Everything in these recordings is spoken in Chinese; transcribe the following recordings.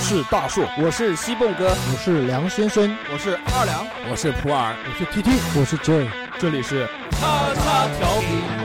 是大树，我是西蹦哥，我是梁先生，我是二两，我是普洱，我是 TT，我是 Joy，这里是叉叉调频。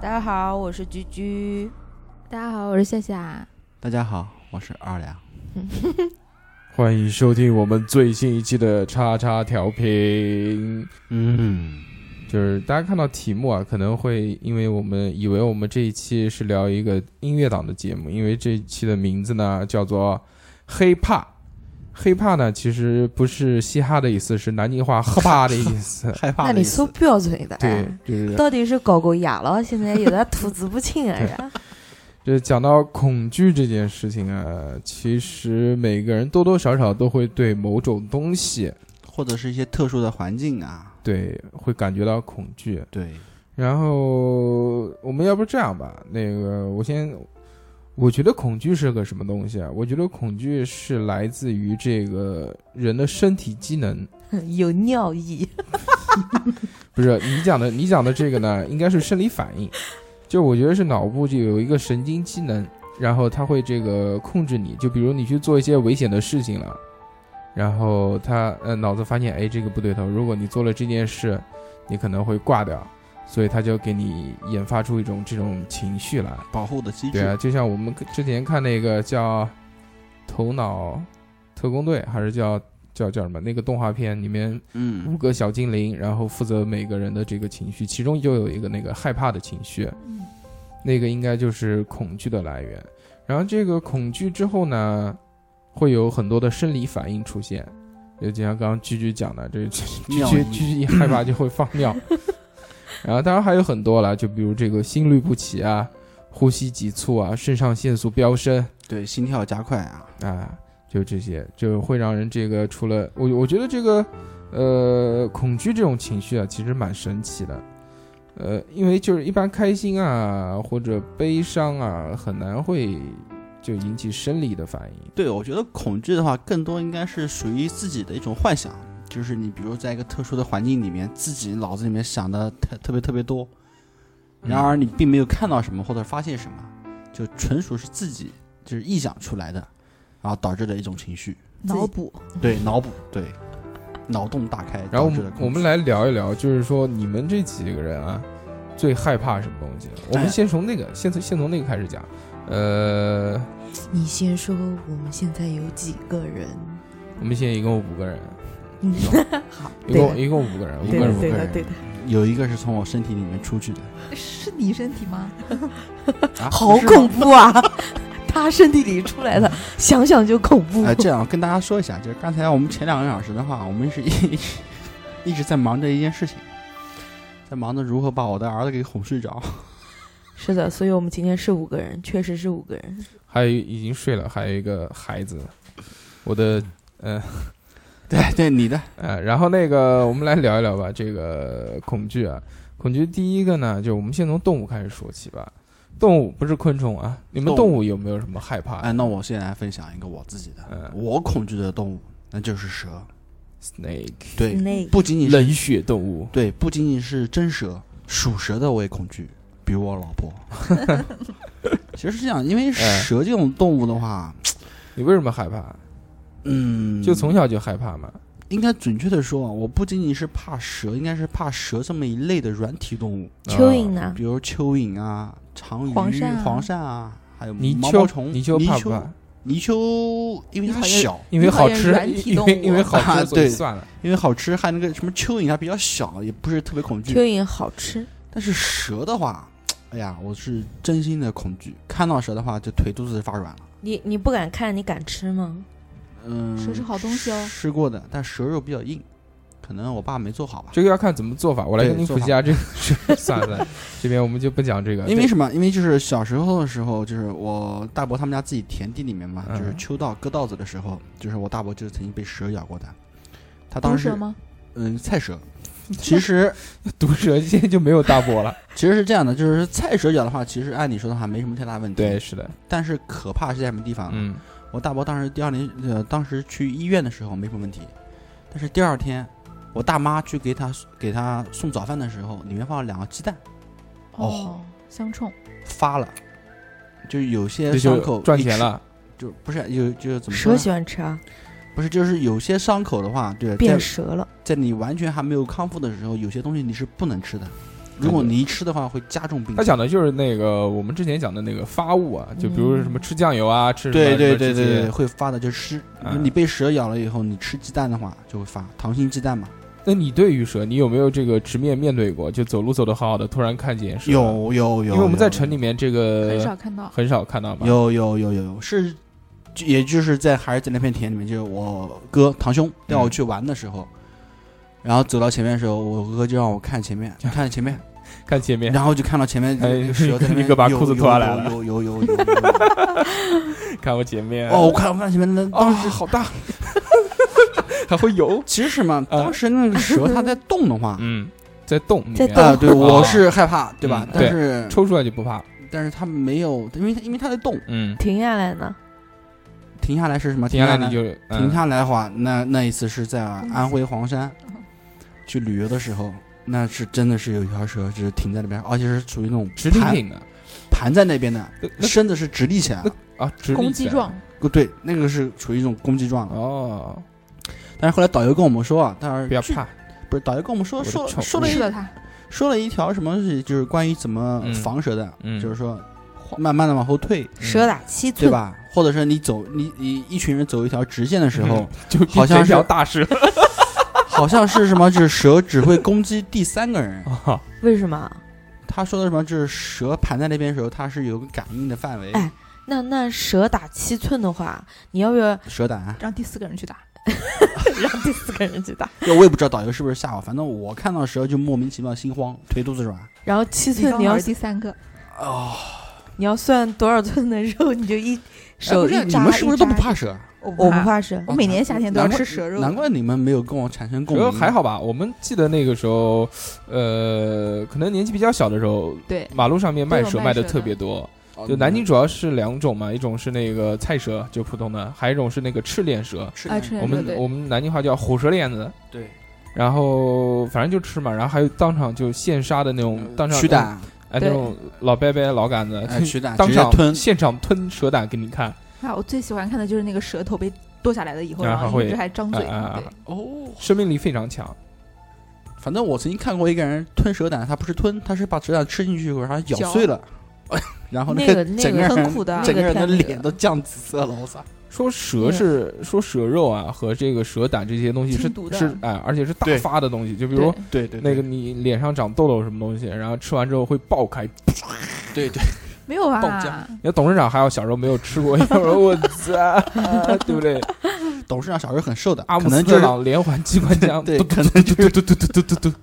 大家好，我是居居。大家好，我是夏夏。大家好，我是二两。欢迎收听我们最新一期的叉叉调频。嗯，。就是大家看到题目啊，可能会因为我们以为我们这一期是聊一个音乐党的节目，因为这一期的名字呢叫做“黑怕”。黑怕呢，其实不是嘻哈的意思，是南京话“喝怕”的意思害怕那的你意思。说标准的，对，就是到底是搞过哑了，现在有点吐字不清啊。是吧就是讲到恐惧这件事情啊，其实每个人多多少少都会对某种东西，或者是一些特殊的环境啊，对，会感觉到恐惧。对，然后我们要不这样吧，那个我先，我觉得恐惧是个什么东西啊？我觉得恐惧是来自于这个人的身体机能， 有尿意，不是你讲的，你讲的这个呢，应该是生理反应，就我觉得是脑部就有一个神经机能，然后它会这个控制你，就比如你去做一些危险的事情了，然后他呃脑子发现哎这个不对头，如果你做了这件事，你可能会挂掉，所以他就给你研发出一种这种情绪来。保护的机制。对啊，就像我们之前看那个叫《头脑特工队》，还是叫叫叫什么那个动画片里面五嗯，个小精灵，然后负责每个人的这个情绪，其中就有一个那个害怕的情绪，那个应该就是恐惧的来源。然后这个恐惧之后呢，会有很多的生理反应出现，就就像刚刚居居讲的，这居尿居意居居一害怕就会放尿，然后当然还有很多了，就比如这个心律不齐啊、呼吸急促啊、肾上腺素飙升对，心跳加快啊，啊，就这些，就会让人这个除了我，我觉得这个呃恐惧这种情绪啊，其实蛮神奇的。呃，因为就是一般开心啊或者悲伤啊，很难会就引起生理的反应。对，我觉得恐惧的话，更多应该是属于自己的一种幻想，就是你比如在一个特殊的环境里面，自己脑子里面想的特特别特别多，嗯然而你并没有看到什么或者发现什么，就纯属是自己就是臆想出来的，然后导致的一种情绪， 脑补。对，脑补，对，脑洞大开然后导我致的们恐惧。我们来聊一聊，就是说你们这几个人啊，最害怕什么东西？我哎们先从那个，先从先从那个开始讲。呃，你先说，我们现在有几个人？我们现在一共五个人，好，一对共的，一共五个人，五对个人，的，五个对的，人。对的。有一个是从我身体里面出去的，是你身体吗？啊、好是吗恐怖啊！ 他身体里出来的，嗯想想就恐怖。哎，这样跟大家说一下，就是刚才我们前两个小时的话，我们是一 一直在忙着一件事情，在忙着如何把我的儿子给哄睡着。是的，所以我们今天是五个人，确实是五个人。还有已经睡了，还有一个孩子，我的呃 对对，你的呃，然后那个我们来聊一聊吧，这个恐惧啊，恐惧第一个呢，就我们先从动物开始说起吧。动物不是昆虫啊，你们动动物物有没有什么害怕？哎，那我现在来分享一个我自己的，嗯我恐惧的动物，那就是蛇。 ，snake，对，那不仅仅是冷血动物，对，不仅仅是真蛇，属蛇的我也恐惧，比如我老婆。 其实是这样，因为哎蛇这种动物的话，你为什么害怕？嗯，就从小就害怕嘛。应该准确的说啊，我不仅仅是怕蛇，应该是怕蛇这么一类的软体动物，嗯蚯蚓呢？比如蚯蚓啊、长鱼、黄黄鳝鳝啊啊，还有泥毛毛鳅虫、泥泥鳅怕不怕？泥鳅因为它你讨厌小，因为好吃你讨厌，软体因动物为因为好吃，所啊以对算了。因为好吃，还有那个什么蚯蚓它比较小，也不是特别恐呃惧。蚯蚓好吃，但是蛇的话，哎呀，我是真心的恐惧，看到蛇的话就腿肚子发软了。你你不敢看，你敢吃吗？嗯，蛇是好东西哦吃过的，但蛇肉比较硬，可能我爸没做好吧。这个要看怎么做法，我来对跟您普做法及一下这个事。算了算 了，这边我们就不讲这个，因为什么？因为就是小时候的时候，就是我大伯他们家自己田地里面嘛，嗯就是秋稻割稻子的时候，就是我大伯就是曾经被蛇咬过的。他毒当时蛇吗？嗯，菜 蛇。其实毒蛇现在就没有大波了。其实是这样的，就是菜蛇咬的话，其实按理说的话没什么太大问题。对，，是的，但是可怕是在什么地方呢？嗯，我大伯当时第二年，呃，当时去医院的时候没什么问题，但是第二天，我大妈去给他给他送早饭的时候，里面放了两个鸡蛋，哦，相冲，发了，就是有些这伤就口赚一钱吃，了。就不是有就是怎么说蛇呢？喜欢吃啊，不是就是有些伤口的话，对，在变蛇了。在你完全还没有康复的时候，有些东西你是不能吃的，如果你一吃的话会加重病他。讲的就是那个我们之前讲的那个发物啊，就比如说什么吃酱油啊，吃什么嗯对对什么对这对些对，会发的，就是嗯你被蛇咬了以后，你吃鸡蛋的话就会发溏心鸡蛋嘛。那你对于蛇，你有没有这个直面面对过？就走路走的好好的，突然看见蛇？，有有有，因为我们在有城里面这呃很个少看到。很少看到嘛。有有有有有是，就也就是在还是在那片田里面，就是我哥堂兄带我去玩的时候，然后走到前面的时候，我哥就让我看前面，看前面，看前面，然后就看到前面哎那个蛇在那你边哥把游裤子游脱下来了游游游游游游看我前面。哦，我看我看前面那哦当时好大，还会游。其实是嘛，呃当时那个蛇它在动的话，嗯，在洞里在面洞啊，对，我哦是害怕，对吧嗯？但是抽出来就不怕。但是它没有，因为它因为它在动，嗯，停下来呢，停下来是什么？停下下来来你就停嗯下来的话，那那一次是在安徽黄山嗯去旅游的时候，那是真的是有一条蛇，就是停在那边，而且是属于那种直挺盘挺的。盘在那边的，那那身子是直立起来的。啊，直立公起鸡来状。对，那个是处于一种攻击状的。哦，但是后来导游跟我们说啊，当时不要怕，不是导游跟我们说我的说宠说物了吃一了它，说了一条什么东西，就是关于怎么嗯防蛇的，嗯就是说慢慢的往后退，蛇打七对寸，吧？或者是你走你你一群人走一条直线的时候，就好像变成一条是大蛇。好像是什么，就是蛇只会攻击第三个人。啊为什么？他说的什么？就是蛇盘在那边的时候，它是有个感应的范围，哎那那蛇打七寸的话，你要不 要蛇胆。让第四个人去打。让第四个人去打？我也不知道导游是不是吓我，反正我看到蛇就莫名其妙心慌，腿肚子软。然后七你寸刚你好要是第三个，哦，你要算多少寸的肉，你就一手不一是扎。你们是不是都不一扎？怕蛇？哎我我不不怕，怕蛇，我每年夏天都要吃蛇肉。难怪你们没有跟我产生共主要鸣。还好吧，我们记得那个时候，呃，可能年纪比较小的时候，对马路上面卖都有蛇卖卖的蛇特的别多。哦，就南京主要是两种嘛，一种是那个菜蛇，就普通的，还有一种是那个赤练蛇，吃啊吃我们 对对我们南京话叫虎蛇链子。对然后反正就吃嘛，然后还有当场就现杀的那种，嗯当场取，嗯胆，哎，那对种老伯伯老杆子，哎，取胆，当直接场吞。现场吞蛇胆给你看，啊，我最喜欢看的就是那个蛇头被剁下来了以后，然然后后啊会一直还张嘴。啊啊啊对，哦，生命力非常强。反正我曾经看过一个人吞蛇胆，他不是吞，他是把蛇胆吃进去以后，然后嚼咬碎了， 然后那个个那整个个很人苦的整个人的那个太那个脸都酱紫色了，我操！说蛇是说蛇肉啊和这个蛇胆这些东西是挺毒的是哎，而且是大对发的东西，就比比如对对那个你脸上长痘痘什么东西，然后吃完之后会爆开。对对，没有爆啊浆，你看董事长还有小时候没有吃过，一会儿我操，对不对？董事长小时候很瘦的，阿姆可能斯就特是朗连环机关枪，对嘟可能嘟 嘟嘟嘟嘟嘟嘟嘟，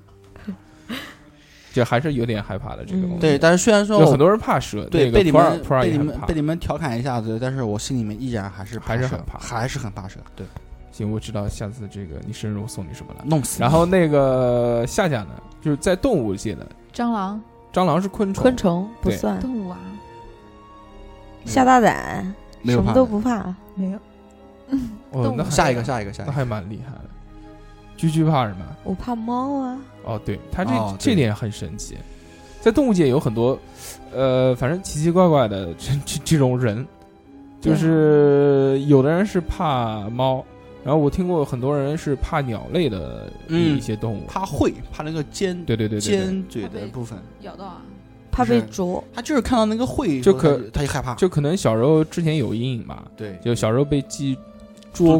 就还是有点害怕的这个东西。对，但是虽然说有我很多人怕蛇，对那个被你普洱们普洱被也你很们怕被。你们调侃一下子，但是我心里面依然还是还是蛇很怕还是很怕蛇，对，行，我知道下次这个你生日我送你什么了。弄死你。然后那个夏夏呢，就是在动物界的蟑螂、蟑螂是昆虫，昆虫不对算，动物啊，下大胆，没有什么怕都的不怕。没有。哦动，物那还下一个，下一个，下一个。那还蛮厉害的。居居怕什么？我怕猫啊，哦，对，它这、哦对这点很神奇，在动物界有很多，呃，反正奇奇怪怪的这这这种人，就对啊是有的人是怕猫，然后我听过很多人是怕鸟类的嗯一些动物，怕喙，怕那个尖对对对对对，尖嘴的部分，咬到啊，怕被是啄，他就是看到那个喙，就可他就害怕，就可能小时候之前有阴影吧，对，就小时候被鸡捉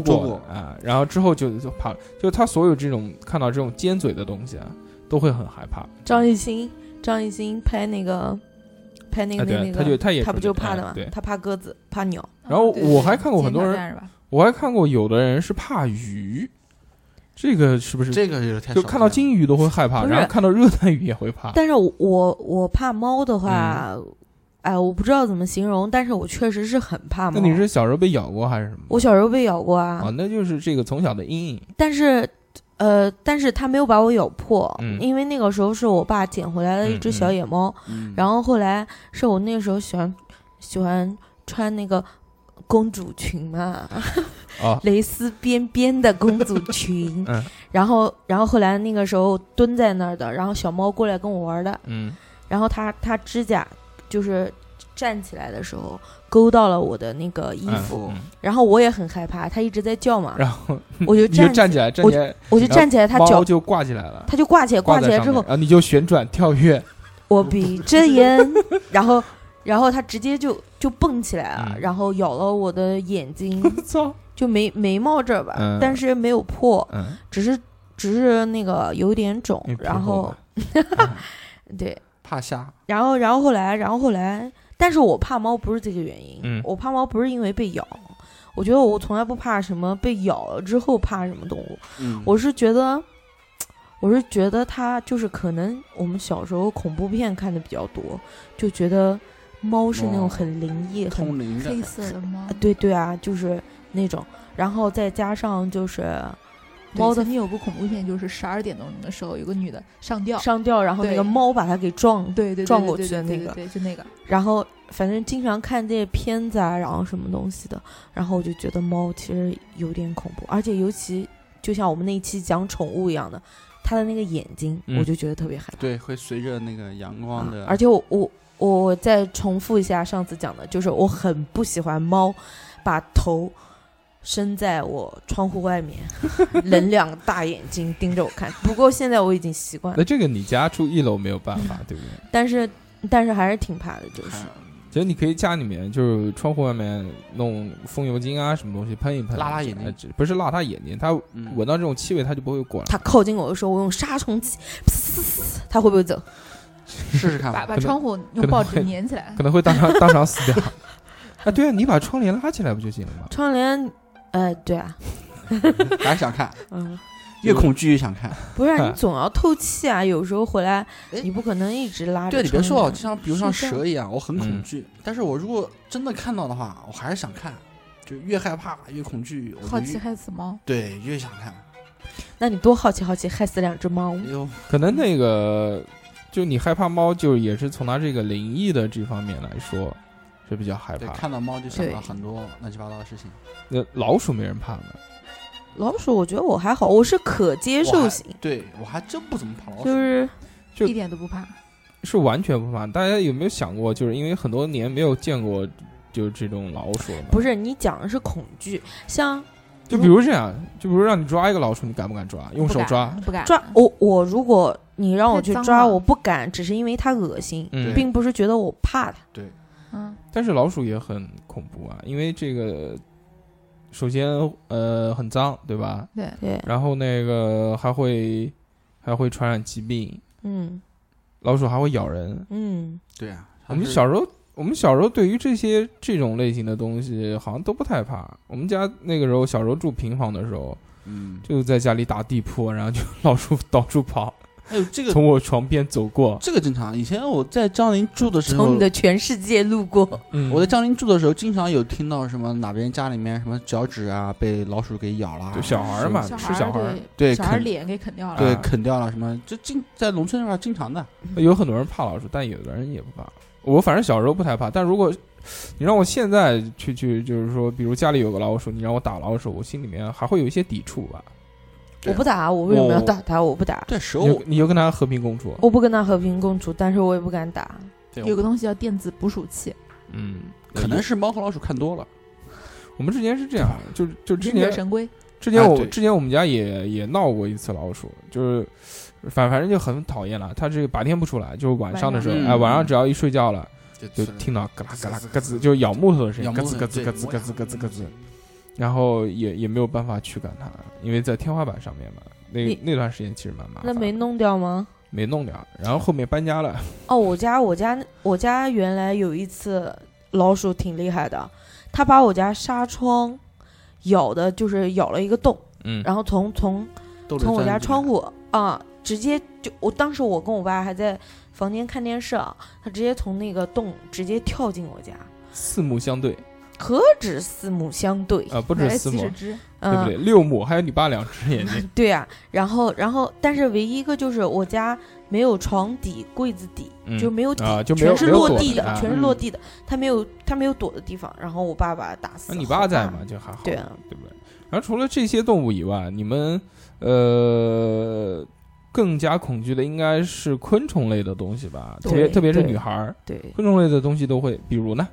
捉过过啊，然后之后就就怕了，就他所有这种看到这种尖嘴的东西啊，都会很害怕。张艺兴，张艺兴拍那个，拍那个啊，对那啊个那，个，他就他也他不就怕的哎吗对？，啊他怕鸽子，怕鸟，然后对我还看过很多人金发战士吧我还看过有的人是怕鱼，这个是不是这个有点太就看到金鱼都会害怕，不是然后看到热带鱼也会怕？但是我我我怕猫的话，嗯哎，我不知道怎么形容，但是我确实是很怕猫。那你是小时候被咬过还是什么？我小时候被咬过啊，啊，那就是这个从小的阴影。但是呃，但是它没有把我咬破，嗯因为那个时候是我爸捡回来的一只小野猫，嗯，然后后来是我那时候喜欢喜欢穿那个。公主裙嘛，啊，蕾丝边边的公主裙 嗯然后，然后后来那个时候蹲在那儿的，然后小猫过来跟我玩的，嗯，然后它它指甲就是站起来的时候勾到了我的那个衣嗯服，服嗯然后我也很害怕，它一直在叫嘛，然后我就你就站站起来，站起来，我就站起来，它呃猫脚就挂起来了，它就挂起来，挂挂起在来上之面啊后，然后你就旋转跳跃， 我闭着眼， 然后然后它直接就就蹦起来了，嗯然后咬了我的眼 睛，操，就眉眉毛这儿吧，嗯但是没有破，嗯，只是只是那个有点肿你，皮然厚后啊吧 对，怕虾，然后，然后后来，然后后来，但是我怕猫不是这个原因，嗯我怕猫不是因为被咬，我觉得我从来不怕什么被咬了之后怕什么动物，嗯我是觉得，我是觉得它就是可能我们小时候恐怖片看的比较多，就觉得猫是那种哦猫很灵异、很通灵的黑色的猫啊，对对啊，就是那种，然后再加上就是猫的曾经有部恐怖片，就是十二点钟的时候，有个女的上吊，上吊，然后那对个猫把它给撞对对对撞对过对去的对那个对，对就那个。然后反正经常看这些片子啊，然后什么东西的，然后我就觉得猫其实有点恐怖，而且尤其就像我们那一期讲宠物一样的，它的那个眼睛，嗯我就觉得特别害怕。对，会随着那个阳光的，而且我我我再重复一下上次讲的，就是我很不喜欢猫把头伸在我窗户外面， 冷两个大眼睛盯着我看。不过现在我已经习惯了那，这个你家住一楼没有办法，对不对？但是但是还是挺怕的，就是嗯其实你可以家里面就是窗户外面弄风油精啊，什么东西喷一喷，辣辣眼睛呃，只不是辣它眼睛，它嗯闻到这种气味它就不会过来。它靠近我的时候，我用杀虫剂，它会不会走？试试看把 吧，把可能窗户用能报纸会粘起来可，能会当 场当场死掉。啊，对啊，你把窗帘拉起来不就行了吗？窗帘，呃，对啊，还是想看，嗯，越恐惧越想看。不是啊、哎你总要透气啊，有时候回来哎你不可能一直拉着。啊对你别说，我，就像比如像睡觉蛇一样，我很恐嗯惧，但是我如果真的看到的话，我还是想看，就越害怕越恐惧，我就好越奇害死猫。对越想看。那你多好奇好奇，害死两只猫哎。呦，可能那个就你害怕猫，就也是从它这个灵异的这方面来说是比较害对，怕。看到猫就想到对很多乱七八糟的事情。那老鼠没人怕的，老鼠，我觉得我还好，我是可接受型，对我还真不怎么怕老就鼠，是就一点都不怕，是完全不怕。大家有没有想过，就是因为很多年没有见过就这种老鼠了嘛？不是你讲的是恐惧，像就比如这样，就比如让你抓一个老鼠，你敢不敢抓？用不手敢抓？不敢抓我，我如果你让我太去脏抓，了我不敢，只是因为它恶心，嗯，对并不是觉得我怕它。嗯，但是老鼠也很恐怖啊，因为这个首先呃很脏，对吧？对，对，然后那个还会还会传染疾病，嗯老鼠还会咬人。嗯，对啊，它我们是小时候，我们小时候对于这些这种类型的东西好像都不太怕。我们家那个时候小时候住平房的时候，嗯，就在家里打地铺，然后就老鼠 到处跑，还有哎这个从我床边走过。这个正常。以前我在江宁住的时从候你，的全世界路过，嗯我在江宁住的时候，经常有听到什么哪边家里面什么脚趾啊被老鼠给咬了啊就，小孩儿嘛，小吃孩小儿孩儿，对小孩儿啃脸给啃掉了，对啊啃掉了什么，就经在农村那块儿经常的。有很多人怕老鼠，但有的人也不怕。我反正小时候不太怕，但如果你让我现在去去，就是说，比如家里有个老鼠，你让我打老鼠，我心里面还会有一些抵触吧。对我不打，我为什么要打它？我不打，对蛇你就我你就跟它和平共处，我不跟它和平共处，但是我也不敢打。有个东西叫电子捕鼠器，嗯，可能是猫和老鼠看多了，我们之前是这样，就是就之忍者前神龟，之前啊我、对之前我们家也也闹过一次老鼠，就是反反正就很讨厌了。它这个白天不出来，就是晚上的时候，晚嗯上哎，晚上只要一睡觉了，就就听到咯啦咯啦咯吱，就是咬木头的声音，咬咯木头吱咯吱对咯吱咯吱我咯吱咯吱。然后也也没有办法驱赶它，因为在天花板上面嘛。那你那段时间其实蛮麻烦的，那没弄掉吗？没弄掉。然后后面搬家了，哦，我家我家我家原来有一次老鼠挺厉害的，它把我家纱窗咬的，就是咬了一个洞，嗯，然后从从从我家窗户啊、直接就我当时我跟我爸还在房间看电视啊，他直接从那个洞直接跳进我家，四目相对，何止四目相对，啊，不买止了四几目哎十，只，呃对嗯不，对？六目，还有你爸两只眼睛，对啊，然后然后，但是唯一一个就是我家没有床底、柜子底，嗯就没有底，啊就没全有是没有落躲地的的，啊全是落地的，他没有他没有躲的地方。然后我爸把他打死。那你好爸在大嘛，？就还好，对啊，对不对？然后除了这些动物以外，你们呃更加恐惧的应该是昆虫类的东西吧？特别对特别是对女孩儿，对，昆虫类的东西都会，比如呢，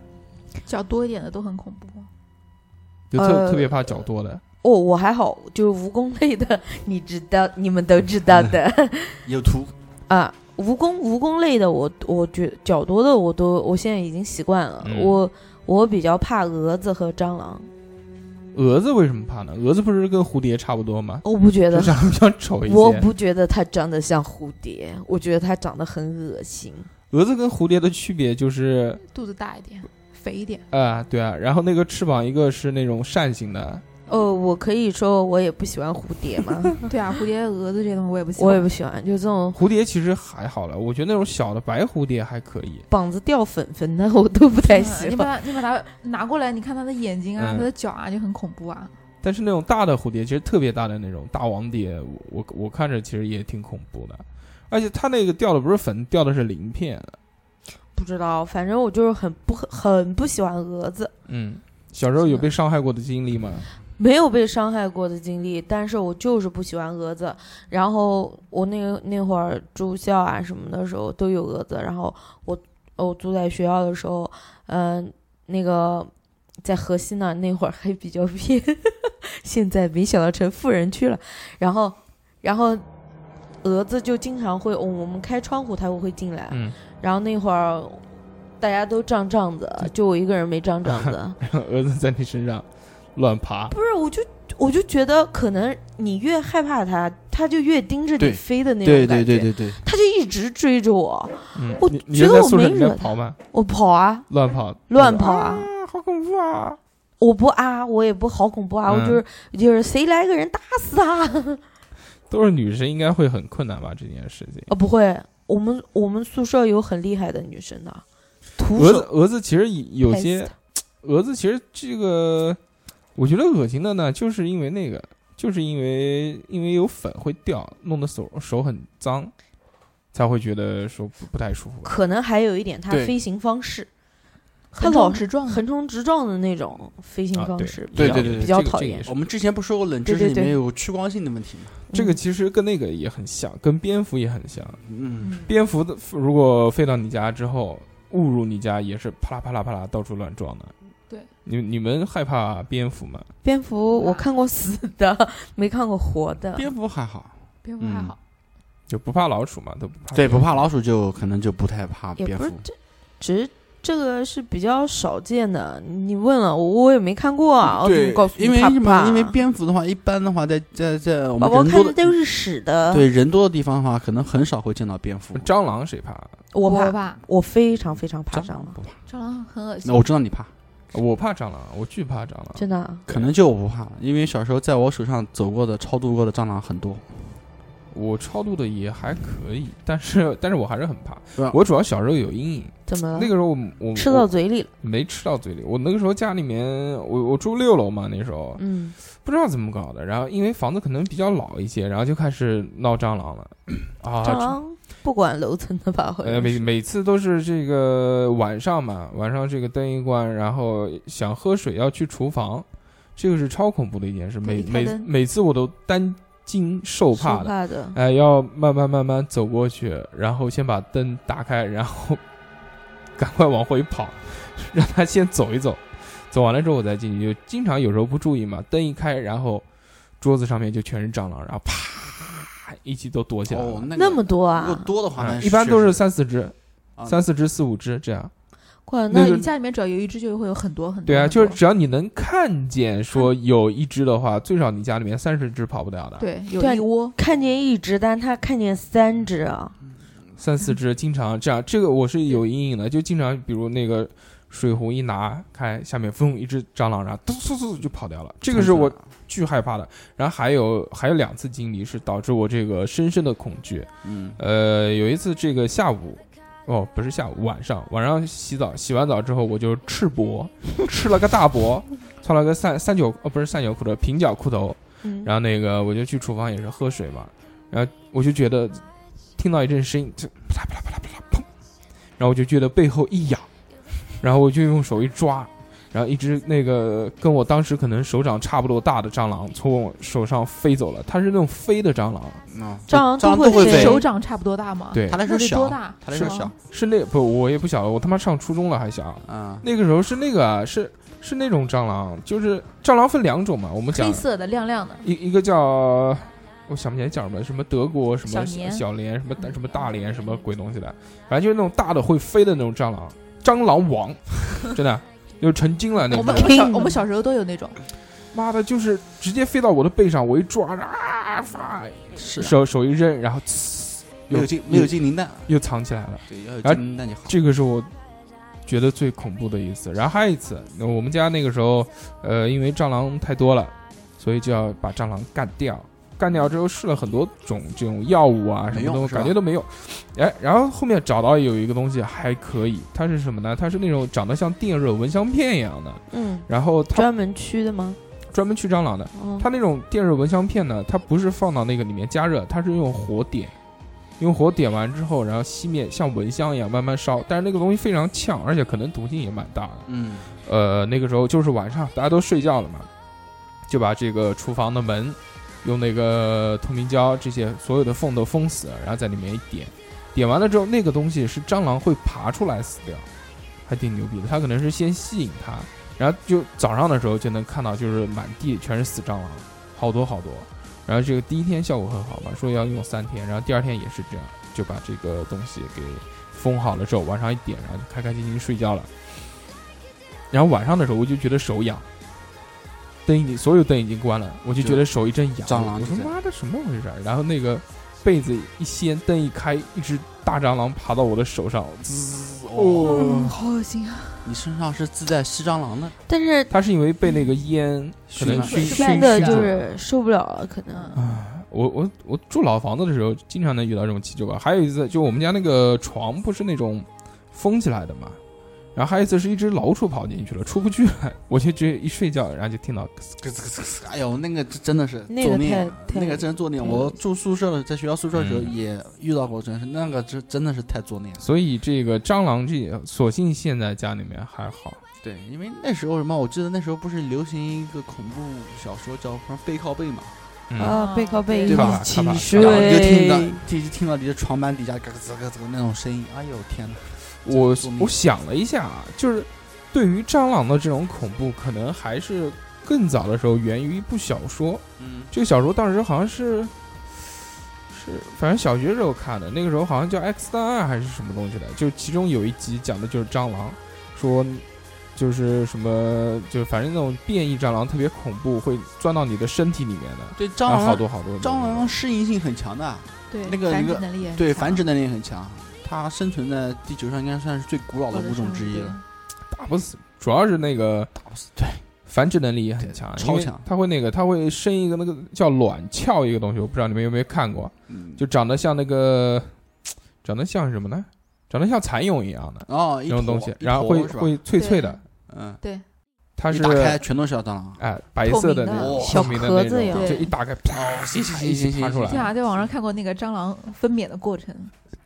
脚多一点的都很恐怖。就特、呃特别怕脚多的，哦，我还好，就是蜈蚣类的，你知道，你们都知道 的有图，啊。蜈蚣蜈蚣类的我，我觉较多的我都，我现在已经习惯了。嗯我我比较怕蛾子和蟑螂，蛾子为什么怕呢？蛾子不是跟蝴蝶差不多吗？我不觉就得长得比较丑一我些。不觉得它长得像蝴蝶，我觉得它长得很恶心。蛾子跟蝴蝶的区别就是，肚子大一点，肥一点，啊、对啊，然后那个翅膀一个是那种扇形的，哦，我可以说我也不喜欢蝴蝶吗？ 对啊，蝴蝶、蛾子这些东西我也不喜欢。嗯我也不喜欢，就这种蝴蝶其实还好了，我觉得那种小的白蝴蝶还可以。膀子掉粉粉的， 我都不太嗯喜你欢。把它你把它拿过来，你看它的眼睛啊，嗯它的脚啊，就很恐怖啊。但是那种大的蝴蝶，其实特别大的那种大王蝶，我我我看着其实也挺恐怖的。而且它那个掉的不是粉，掉的是鳞片。不知道，反正我就是很不很不喜欢蛾子，嗯，小时候有被伤害过的经历吗？没有被伤害过的经历，但是我就是不喜欢蛾子。然后我那个那会儿住校啊什么的时候都有蛾子，然后我我住在学校的时候，嗯、那个在河西呢，那会儿还比较偏， 现在没想到成富人区了。然后，然后蛾子就经常会，我我们开窗户它会进来， 嗯，然后那会儿。大家都胀胀子，就我一个人没胀胀子。蛾子在你身上乱爬。不是，我就我就觉得，可能你越害怕它，它就越盯着你对飞的那种对感对觉。对对对，它就一直追着我，嗯，我你你觉是得在我宿舍没里面惹跑吗？我跑啊，乱跑，乱跑啊，啊，好恐怖啊！我不啊，我也不好恐怖啊，嗯我就是就是谁来个人打死他。 啊都是女生，应该会很困难吧？这件事情。啊，不会，我们我们宿舍有很厉害的女生的，徒蛾子手，蛾子其实有拍死些它，蛾子其实这个，我觉得恶心的呢，就是因为那个，就是因为因为有粉会掉，弄得手手很脏，才会觉得说不不太舒服。可能还有一点它对飞行方式，它横冲老直撞的，横冲直撞的那种飞行啊方对式比较，对对对对比较这个讨这个厌也是我们之前不是说过冷知识对对里对面有趋光性的问题吗？这个嗯其实跟那个也很像，跟蝙蝠也很像。嗯，嗯，蝙蝠的如果飞到你家之后误入你家，也是啪啦啪啦啪啦到处乱撞的。对，你你们害怕蝙蝠吗？蝙蝠我看过死的， 没看过活的。蝙蝠还好，蝙蝠还好，就不怕老鼠嘛？都不怕。对，不怕老鼠就可能就不太怕也蝙不是蝠。这，只是这个是比较少见的。你问了我，我也没看过啊，我怎么嗯对告诉，你因为怕什不么？怕？啊因为蝙蝠的话，一般的话，在在在我宝们宝人看多的的都是屎的，对人多的地方的话，可能很少会见到蝙蝠。蟑螂谁怕？我怕怕，怕我非常非常怕蟑蟑螂，不怕，蟑螂很恶心那。我知道你怕，我怕蟑螂，我惧怕蟑螂。真的啊。可能就我不怕了，因为小时候在我手上走过的、超度过的蟑螂很哦多。我超度的也还可以，但是但是我还是很怕对啊。我主要小时候有阴影，怎么了？那个时候我我嗯吃到我嘴里了，没吃到嘴里。我那个时候家里面，我我住六楼嘛，那时啊候嗯，不知道怎么搞的，然后因为房子可能比较老一些，然后就开始闹蟑 螂了啊。蟑螂不管楼层的吧，好呃，像每是每次都是这个晚上嘛，晚上这个灯一关，然后想喝水要去厨房，这个是超恐怖的一件事。每对每开灯每次我都担惊受是怕的，怕的。哎，要慢慢慢慢走过去，然后先把灯打开，然后 赶快往回跑，让他先走一走，走完了之后我再进去。就经常有时候不注意嘛，灯一开，然后桌子上面就全是蟑螂，然后啪一起都躲起来了。哦，那个那么多如果啊！多的话，啊那一般都确是实三四只，啊三四只、四五只这样。哇，那那个你家里面只要有一只，就会有很多很多。对啊，很就多是只要你能看见说有一只的话，最少你家里面三十只跑不掉的。，对，啊有对一窝。看见一只，但是他看见三只啊！三四只经常这样，这个我是有阴影的，就经常比如那个水壶一拿开，下面嗡一只蟑螂，然后嘟嘟嘟嘟就跑掉了。这个是我巨害怕的。然后还有还有两次经历是导致我这个深深的恐惧。嗯呃，有一次这个下午，哦，不是下午，晚上，晚上洗澡，洗完澡之后我就赤膊，吃了个大脖，穿了个三三角哦，不是三角裤头，平角裤头，嗯，然后那个我就去厨房也是喝水嘛，然后我就觉得听到一阵声音，就啪啦啪啦啪啦啪啦砰，然后我就觉得背后一痒，然后我就用手一抓，然后一只那个跟我当时可能手掌差不多大的蟑螂从我手上飞走了，它是那种飞的蟑螂，哦啊，蟑螂蟑都螂会都会飞对手掌差不多大吗？，对他，那时那候得小，多大？他那时候是小吗，是那不我也不晓得，我他妈上初中了还小，嗯，那个时候是那个啊是是那种蟑螂，就是蟑螂分两种嘛，我们讲黑色的亮亮的，一一个叫我想不起来叫什么，什么德国什么小嗯年小连什么大什么大连什么鬼东西的，反正就是那种大的会飞的那种蟑螂，蟑螂 王，真的就成精了那我种们。我们小 King 我们小时候都有那种，嗯妈的，就是直接飞到我的背上，我一抓啊，发是啊手手一扔，然后呲没有又精没有精灵蛋，又藏起来了。对，要有然后精灵蛋就好。这个是我觉得最恐怖的一次。然后还有一次，那我们家那个时候，呃，因为蟑螂太多了，所以就要把蟑螂干掉。干掉之后试了很多种这种药物啊，什没么用东西是吧感觉都没用。哎，然后后面找到有一个东西还可以，它是什么呢？它是那种长得像电热蚊香片一样的，嗯，然后它专门驱的吗？专门驱蟑螂的。嗯，它那种电热蚊香片呢，它不是放到那个里面加热，它是用火点，用火点完之后，然后熄灭，像蚊香一样慢慢烧。但是那个东西非常呛，而且可能毒性也蛮大的。嗯，呃，那个时候就是晚上，大家都睡觉了嘛，就把这个厨房的门用那个透明胶这些所有的缝都封死了，然后在里面一点，点完了之后，那个东西是蟑螂会爬出来死掉，还挺牛逼的。它可能是先吸引它，然后就早上的时候就能看到，就是满地全是死蟑螂，好多好多。然后这个第一天效果很好嘛，说要用三天，然后第二天也是这样，就把这个东西给封好了之后，晚上一点，然后就开开心心睡觉了。然后晚上的时候我就觉得手痒，灯已经所有灯已经关了，我就觉得手一阵痒。蟑螂我就说在妈的什么回啊事儿？然后那个被子一掀，灯一开，一只大蟑螂爬到我的手上，滋哦嗯，！好恶心啊！你身上是自带吸蟑螂的，但是它是因为被那个烟可熏能了熏是熏熏真的熏就着是受不了了，可能。嗯，我我我住老房子的时候，经常能遇到这种奇奇怪怪。还有一次，就我们家那个床不是那种封起来的嘛，然后还有一次是一只老鼠跑进去了，出不去了， 我就直接一睡觉，然后就听到哎呦，那个真的是那个作孽太太那个真作孽。嗯我住宿舍的，在学校宿舍的时候嗯也遇到过，真是那个真真的是太作孽了。所以这个蟑螂这，索性现在家里面还好。对，因为那时候什么，我记得那时候不是流行一个恐怖小说叫什么《背靠背》嘛，嗯，啊，背靠背对一吧起看吧睡然后你就听到，就就听到你的床板底下嘎吱嘎吱那种声音，哎呦天哪！我做命我想了一下啊，就是对于蟑螂的这种恐怖，可能还是更早的时候源于一部小说。嗯，这个小说当时好像是是，反正小学时候看的，那个时候好像叫《X 档案》还是什么东西的，就其中有一集讲的就是蟑螂，说就是什么，就是反正那种变异蟑螂特别恐怖，会钻到你的身体里面的，对，蟑然后好螂多好多蟑螂适应性很强的，啊对，那个繁那殖个能力也很对强繁殖能力也很强，它生存在地球上应该算是最古老的物种之一了，。打不死，主要是那个打不死。对，繁殖能力也很强，对超因为强它会那个，它会生一个那个叫卵鞘一个东西，我不知道你们有没有看过，嗯就长得像那个，长得像什么呢？长得像蚕蛹一样的哦，一那种坨东西，一然后坨会是吧会脆脆的，嗯，它一是打开全都是小蟑螂。哎白色的透明的那种哇透明的那小壳子一种，样就一打开啪，行行一行起行爬行出对天来。啊，在网上看过那个蟑螂分娩的过程，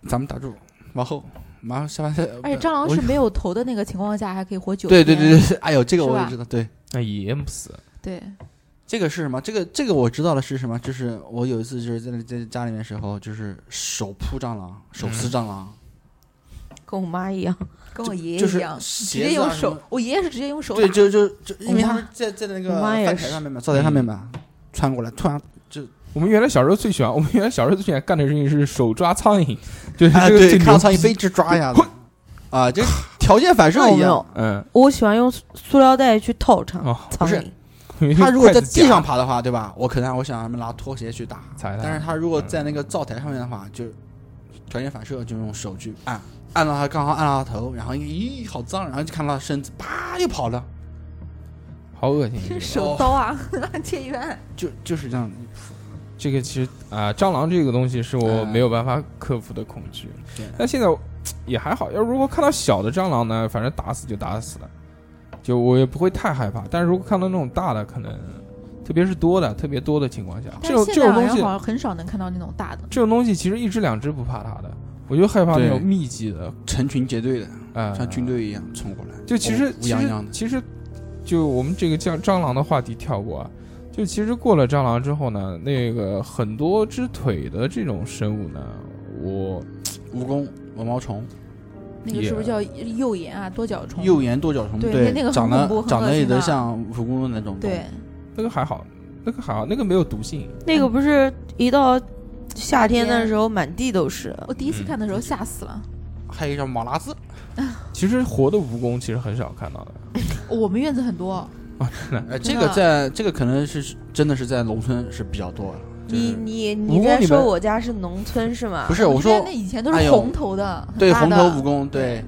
咱们打住，往后，马上 下班再。而且哎蟑螂我是没有头的那个情况下还可以活九对天。对对对，哎呦，这个是我也吧知道，对，那也淹不死，对，这个是什么？这个这个我知道的是什么？就是我有一次就是在在家里面时候，就是手扑蟑螂，手嗯撕蟑螂，跟我妈一样，跟我爷爷就是一样，直鞋接子啊用什么手，我爷爷是直接用手对，打就就就因为我他妈们在在那我个妈也饭台是上面嘛，灶台上面嘛，窜过来，突然我们原来小时候最喜欢，我们原来小时候最喜欢干的事情是手抓苍蝇， 就是 啊，这个对，最看牛到苍逼蝇飞，一直抓一下子，啊，这条件反射那我一没样哦有。，嗯，我喜欢用塑塑料袋去套上哦苍不蝇是。他他如果在地 上爬的话，对吧？我可能我想让他们拿拖鞋去打，踩嗯它但是他如果在那个灶台上面的话，就条件反射就用手去按，按到他刚好按到他头，然后咦好脏，然后就看到他身子啪又跑了，好恶心，这这个手刀啊， 切远。就就是这样子。这个其实啊、蟑螂这个东西是我嗯没有办法克服的恐惧。对但现在我也还好，要如果看到小的蟑螂呢，反正打死就打死了，就我也不会太害怕。但是如果看到那种大的，可能特别是多的、特别多的情况下，这但种是这现在种好东像西好，像很少能看到那种大的。这种东西其实一只两只不怕它的，我就害怕那对种密集的成群结队的，啊、呃像军。队一样冲过来，就其实哦乌乌其泱实泱的。其实，就我们这个蟑蟑螂的话题跳过啊。就其实过了蟑螂之后呢，那个很多只腿的这种生物呢，我蜈蚣、毛毛虫、那个也是不是叫右眼啊？多角嗯虫？右眼多角虫，对对，那个很长恐怖得很长恶得心有点的像嗯蜈蚣的那种。对，那个还好，那个还好，那个没有毒性。那个不是一到夏天的夏天啊时候满地都是，我第一嗯次看的时候吓死了。还有一个叫马拉兹，其实活的蜈蚣其实很少看到的。我们院子很多，呃，这真个嗯的在这个可能是真的是在农村是比较多的。就是你你你蜈蚣在你说们我家是农村是吗？不是我们说院那以前都哎是呦红头的，很对大红的头蜈蚣，对，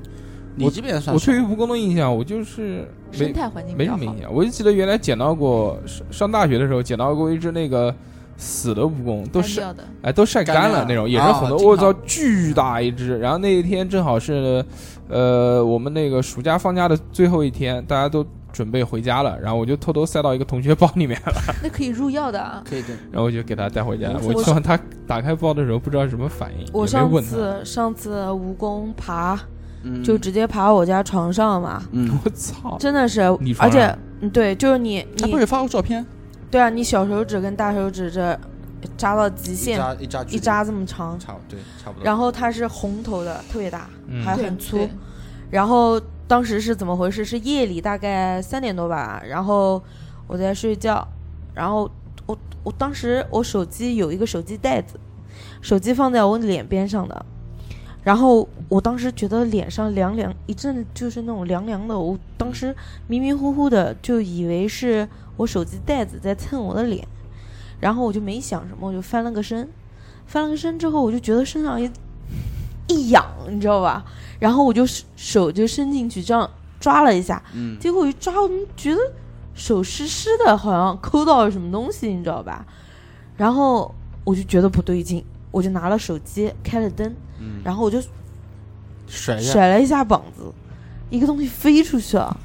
你我这边算我对于是蜈蚣的印象，我就是生没态环境比没较什好么印象。我就记得原来捡到过，上上大学的时候捡到过一只那个死的蜈蚣，都干晒掉 的。哎都晒干干了了那种，也是啊很多。经我操，常巨大一只。然后那一天正好是，呃，我们那个暑假放假的最后一天，大家都准备回家了，然后我就偷偷塞到一个同学包里面 了，那可以入药的啊。可以的。然后我就给他带回家了。我我希望他打开包的时候不知道什么反应，我也没上问他。次上次蜈蚣爬嗯，就直接爬我家床上嘛，嗯， 我操！真的是你，床而且上嗯对，就是你他啊不你是发过照片，对啊，你小手指跟大手指这扎到极一限，扎一扎距一离扎这么长，差不多对差不多。然后它是红头的，特别大，嗯还对很粗对。然后当时是怎么回事？是夜里大概三点多吧，然后我在睡觉，然后我我当时我手机有一个手机袋子，手机放在我脸边上的，然后我当时觉得脸上凉凉一阵，就是那种凉凉的，我当时迷迷糊糊的就以为是我手机袋子在蹭我的脸，然后我就没想什么，我就翻了个身，翻了个身之后我就觉得身上一一痒，你知道吧？然后我就手手就伸进去这样抓了一下，嗯，结果我一抓，我们觉得手湿湿的，好像抠到了什么东西，你知道吧？然后我就觉得不对劲，我就拿了手机开了灯，嗯然后我就甩一下，甩了一下膀子，一个东西飞出 去了，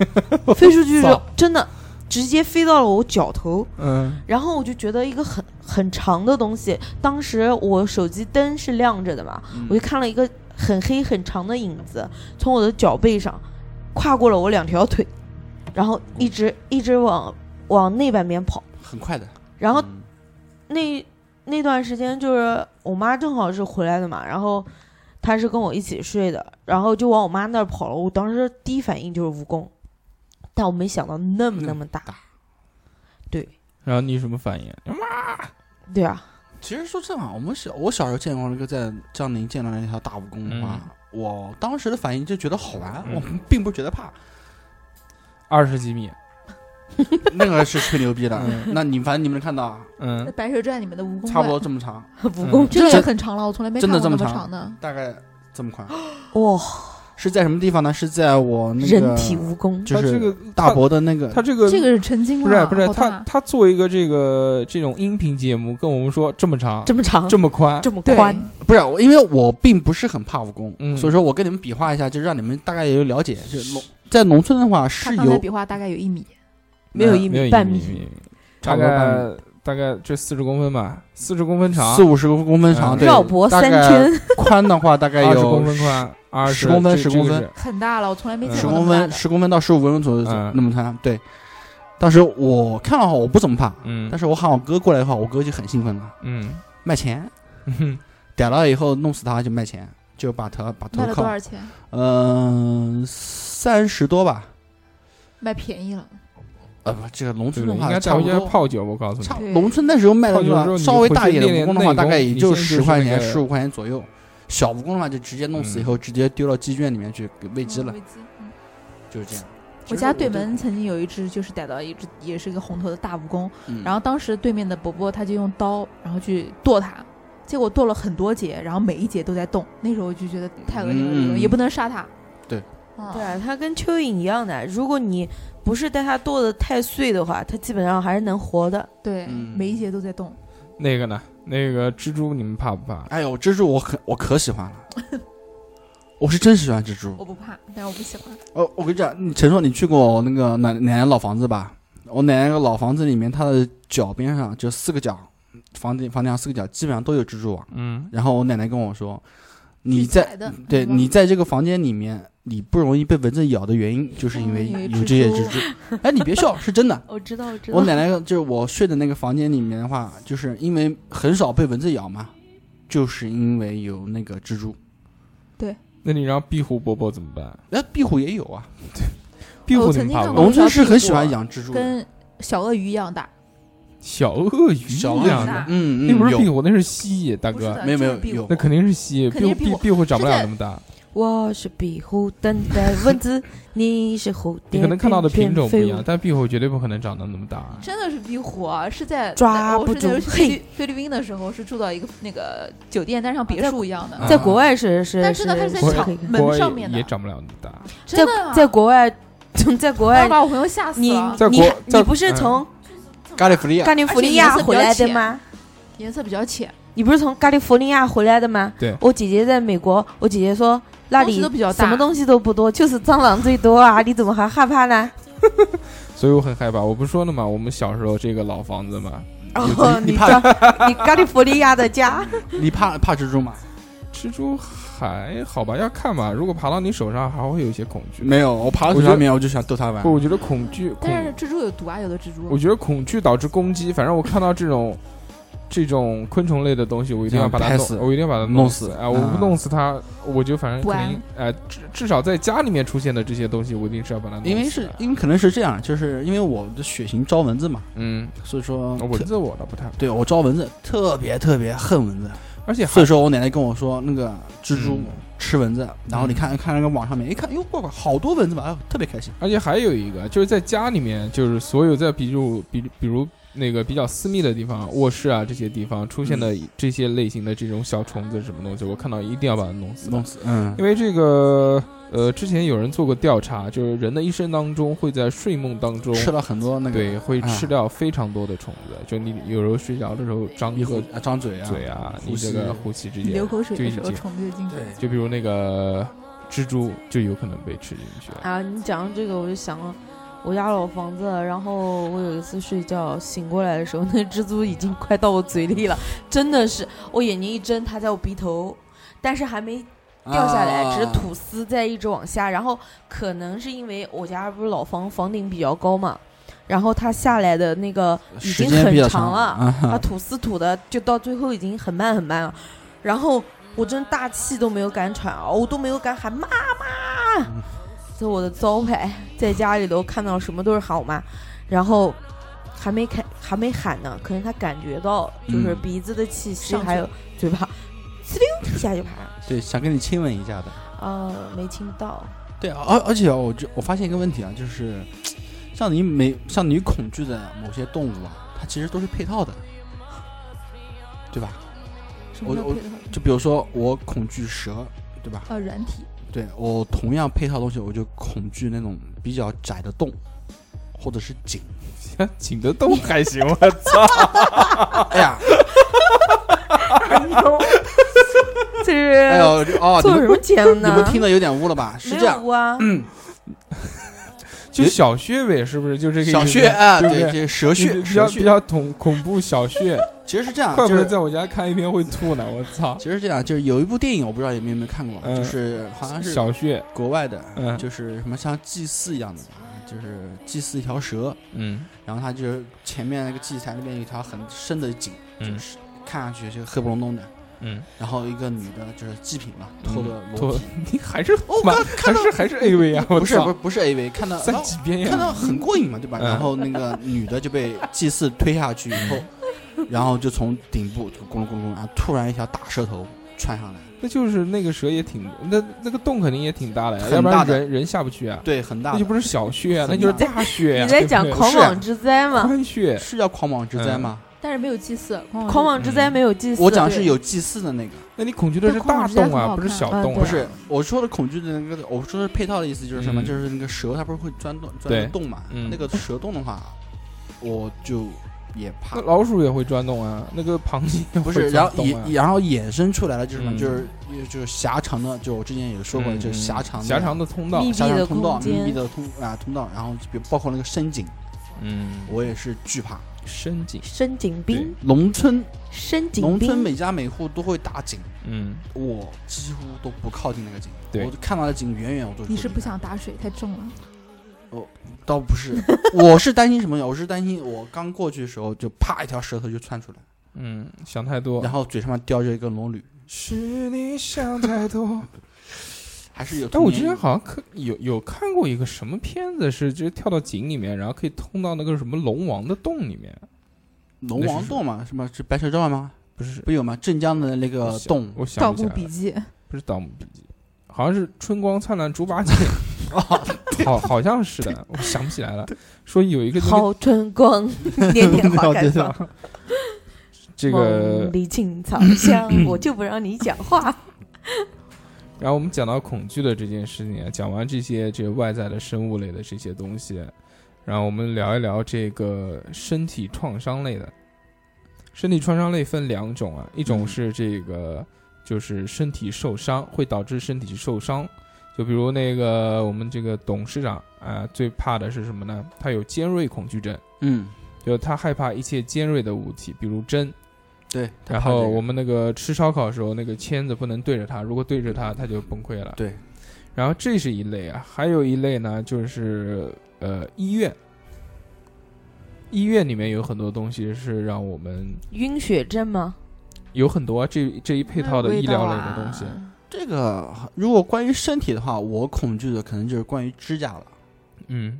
飞出去之后操真的直接飞到了我脚头，嗯，然后我就觉得一个很很长的东西，当时我手机灯是亮着的嘛，嗯我就看了一个很黑很长的影子从我的脚背上跨过了我两条腿，然后一直一直往往那半边跑，很快的。然后嗯那那段时间就是我妈正好是回来的嘛，然后她是跟我一起睡的，然后就往我妈那儿跑了。我当时第一反应就是蜈蚣，但我没想到那么那那么么大。大然后你什么反应？对啊，其实说正好，我们小我小时候见过那个在江宁见到那条大蜈蚣的话，我当时的反应就觉得好玩，嗯我并不觉得怕。二十几米，那个是吹牛逼的嗯，那你反正你们能看到，啊，嗯那《白蛇传》里面的蜈蚣，差不多这么长，啊蜈嗯蚣这真个的也很长了，我从来没真看的这过么那么长长的。大概这 么宽。哇、是在什么地方呢？是在我那个人体蜈蚣，就它这是个大伯的那个他这个这个是成精不是啊了，不是好他大他做一个这个这种音频节目，跟我们说这么长，这么长，这么宽，这么对宽，不是，我因为我并不是很怕蜈蚣，嗯所以说我跟你们比划一下，就让你们大概有了解。就农在农村的话他是刚才有呃嗯比划大概有一米，没有那一米没有半米米，大差不多半概大概这四十公分吧，四十公分长四，五十公分长，嗯对，绕脖大三概圈，宽的话大概二十有公分宽，二十公分十公分，很大了，我从来没嗯见十过那公么大分、的。十公分到十五公分左右嗯那么宽。对，当时我看到后我不怎么怕，嗯但是我喊我哥过来的话，我哥就很兴奋了，嗯卖钱，嗯，逮了以后弄死他就卖钱，就把头把头卖了多铐，少钱？嗯，三十多吧，卖便宜了，呃，不，这个农对村的不对？应话该带差回不家多，泡酒，我告诉你。差不多对农村那时候卖的泡酒之后话，你稍微大一点回的蜈去蚣练的话，内功大概也你就先就是十块那钱、个十五块钱左右。小蜈蚣的话，就直接弄死以嗯后，直接丢到鸡圈里面去给喂鸡了，危机嗯就是这样。我家对门曾经有一只，就是逮到一只，也是一个红头的大蜈蚣。嗯，然后当时对面的伯伯他就用刀，然后去剁它，结果剁了很多节，然后每一节都在动。那时候我就觉得太恶心了，这种嗯也不能杀它。对啊，对啊，它跟蚯蚓一样的，如果你不是带它剁的太碎的话，它基本上还是能活的。对，嗯每一节都在动。那个呢？那个蜘蛛你们怕不怕？哎呦，蜘蛛我可我可喜欢了， 我是真喜欢蜘蛛。我不怕，但我不喜欢。哦，我跟你讲，你陈硕，你去过我那个奶奶奶老房子吧？我奶奶那个老房子里面，它的脚边上就四个角，房顶房顶上四个角基本上都有蜘蛛网。嗯，然后我奶奶跟我说，你在自己宰的对是吧你在这个房间里面，你不容易被蚊子咬的原因，就是因为嗯有有这些蜘蜘蛛。哎，你别笑，是真的。 我知道，我知道。我奶奶就是我睡的那个房间里面的话，就是因为很少被蚊子咬嘛，就是因为有那个蜘蛛。那你让壁虎伯伯怎么办？那壁虎也有啊，壁虎哦我你曾们经怕看不怕？过农村是很喜欢养蜘蛛的。啊跟小鳄鱼一样大，小鳄鱼小这样的鳄鱼，嗯，那不是有壁虎，那是蜥蜴，大不是哥，的没有没有就是壁虎有那肯定是蜥蜴。肯壁定虎壁是壁虎壁虎长不是了在那么大。我是壁虎，等 待蚊子，你是蝴蝶，你可能看到的翩品翩种不飞一样舞，但壁虎绝对不可能长得那么大啊。真的是壁虎啊！是在抓不住我是在菲律嘿菲律宾的时候是住到一个那个酒店，但像别墅一样的。在国外是是，啊但是呢它是在可以墙可以看啊门国外上也面的也长不了那么大。真的啊在国外， 在国当时外，把我朋友吓死你了。啊在你国还在你不是嗯从咖喱弗利亚加利福尼亚回来的吗？颜色比较浅，你不是从加利福尼亚回来的吗？对我姐姐在美国，我姐姐说那东西里都比较大什么东西都不多，就是蟑螂最多啊，你怎么还害怕呢？所以我很害怕。我不是说了嘛，我们小时候这个老房子嘛，哦，你你怕知道 你加利福尼亚的家，你怕怕蜘蛛吗？蜘蛛还好吧，要看吧。如果爬到你手上，还会有一些恐惧。 哎没有，我爬我到觉它得上面我就想逗它玩不，。我觉得恐惧，恐但是蜘蛛有毒啊，有的蜘蛛我。觉得恐惧导致攻击。反正我看到这种这种昆虫类的东西，我一定要把它想拍弄，死我一定要把它弄死死啊、我不嗯嗯弄死它，我就反正不肯安定，呃，至至少在家里面出现的这些东西，我一定是要把它弄死的。因为是因为可能是这样，就是因为我的血型招蚊子嘛，嗯，所以说蚊特子我倒不太，对我招蚊子特别特别恨蚊子，而且所还以说我奶奶跟我说那个蜘蛛嗯吃蚊子，然后你嗯看看那个网上面一哎看，哟，乖乖，好多蚊子吧，哎呦特别开心。而且还有一个，就是在家里面，就是所有在比如比比如那个比较私密的地方，卧室啊这些地方出现的嗯这些类型的这种小虫子什么东西，我看到一定要把它弄死。弄死，嗯因为这个，呃，之前有人做过调查，就是人的一生当中会在睡梦当中，吃了啊很多那个对，会啊吃掉非常多的虫子。就你有时候睡觉的时候张一会个儿啊张嘴啊，嘴啊，呼你这吸个呼吸之你间流，口水就的已时候，经虫子就进去了。对，就比如那个蜘蛛就有可能被吃进去。 啊，你讲到这个，我就想了，我家老房子，然后我有一次睡觉醒过来的时候，那蜘蛛已经快到我嘴里了，真的是，我眼睛一睁，它在我鼻头，但是还没掉下来，只是啊吐丝在一直往下。然后可能是因为我家不是老房，房顶比较高嘛，然后它下来的那个已时经间很比较长了，啊它哈，吐丝吐的就到最后已经很慢很慢了，然后我真大气都没有敢喘啊，我都没有敢喊妈妈嗯，这我的招牌，在家里头看到什么都是喊我妈，然后还没开还没喊呢，可能他感觉到就是嗯鼻子的气息上去还有嘴巴，呲溜一下就爬上去，对，想跟你亲吻一下的。呃，没听到，对，而而且我就我发现一个问题啊，就是像你没像你恐惧的某些动物啊，它其实都是配套的，对吧？什么叫我配合？就比如说我恐惧蛇，对吧？呃，软体。对我同样配套东西，我就恐惧那种比较窄的洞。或者是井，紧得动还行，我操！哎呀，这是哎呦，哦，你做们什么节目你呢？们听的有点污了吧？是没这有样，嗯啊，就小穴呗，是不是？就这个小意思穴啊，对不对，对这蛇比穴，比较蛇比穴，较恐恐怖小穴，其实是这样，怪不啊就得是在我家看一篇会吐呢，我操！其实是这样，就是有一部电影，我不知道你们有没有看过，嗯就是好像是小穴，国外的，嗯就是什么像祭祀一样的，就是祭祀一条蛇，嗯然后它就是前面那个祭台那边有一条很深的井，嗯就是看上去就黑不隆咚的，嗯，然后一个女的就是祭品嘛，脱的裸脱 体，你还是哦妈刚还是还是 A V 啊，我不是不操是不是 A V，看到哦三级片看呀，到很过瘾嘛，对吧？嗯然后那个女的就被祭祀推下去 以后，然后就从顶部就咕噜咕噜咕噜，然后突然一条大蛇头窜上来，那就是那个蛇也挺那那个洞肯定也挺大的呀，很要不大然的人人下不去啊，对，很大那就的，不是小穴啊，那很就是大大穴呀，你在讲啊对不对狂妄之灾嗯吗？宽穴，是叫狂妄之灾吗？嗯但是没有祭祀，狂妄妄之灾没有祭祀，我讲是对有祭祀的那个，那你恐惧的是但狂大妄之灾洞很啊，好不是看小嗯洞啊，对不是我说的恐惧的那个，我说的配套的意思就是什么？嗯就是那个蛇它不是会钻洞钻对那个洞嘛？嗯那个蛇洞的话，我就也怕那。老鼠也会钻洞啊，那个螃蟹也不会是，钻然后洞啊衍然后衍生出来了就是什么？嗯就是就是狭长的，就我之前也说过，嗯就是狭长嗯的狭长的通道密，狭长闭的通道、密空间闭的通啊通道，然后就比如包括那个深井，嗯，我也是惧怕。深井，深井对兵，农村深井农村兵，每家每户都会打井，嗯，我几乎都不靠近那个井，对我就看到了井远远我就你是不想。想打水太重了，倒不是， 我是担心什么呀？我是担心我刚过去的时候就啪一条舌头就窜出来，嗯，想太多然。后嘴上面叼着一个龙铝，是你想太多。还是有。 但我之前，好像看有有看过一个什么片子，是就是跳到井里面，然后可以通到那个什么龙王的洞里面，龙王洞嘛，什么是白蛇传吗？不是？不有吗？镇江的那我个想洞，我《想盗不起墓来笔了，记》不是《盗墓笔记》，好像是《春光灿烂猪八 戒》哦好好像是的，我想不起来了。说有一个东 西好 春光，年年花开放。这个梦里青草 香，我就不让你讲话。然后我们讲到恐惧的这件事情啊，讲完这些这外在的生物类的这些东西，然后我们聊一聊这个身体创伤类的。身体创伤类分两种啊，嗯一种是这个就是身体受伤，会导致身体受伤，就比如那个我们这个董事长啊、最怕的是什么呢？他有尖锐恐惧症，嗯，就是他害怕一切尖锐的物体，比如针。对。然后我们那个吃烧烤的时候，那个签子不能对着他，如果对着他，他就崩溃了。对，然后这是一类啊，还有一类呢，就是呃医院，医院里面有很多东西是让我们晕血症吗？有很多、这这一嗯配套的医疗类的东西，味道啊这个如果关于身体的话，我恐惧的可能就是关于指甲了。嗯，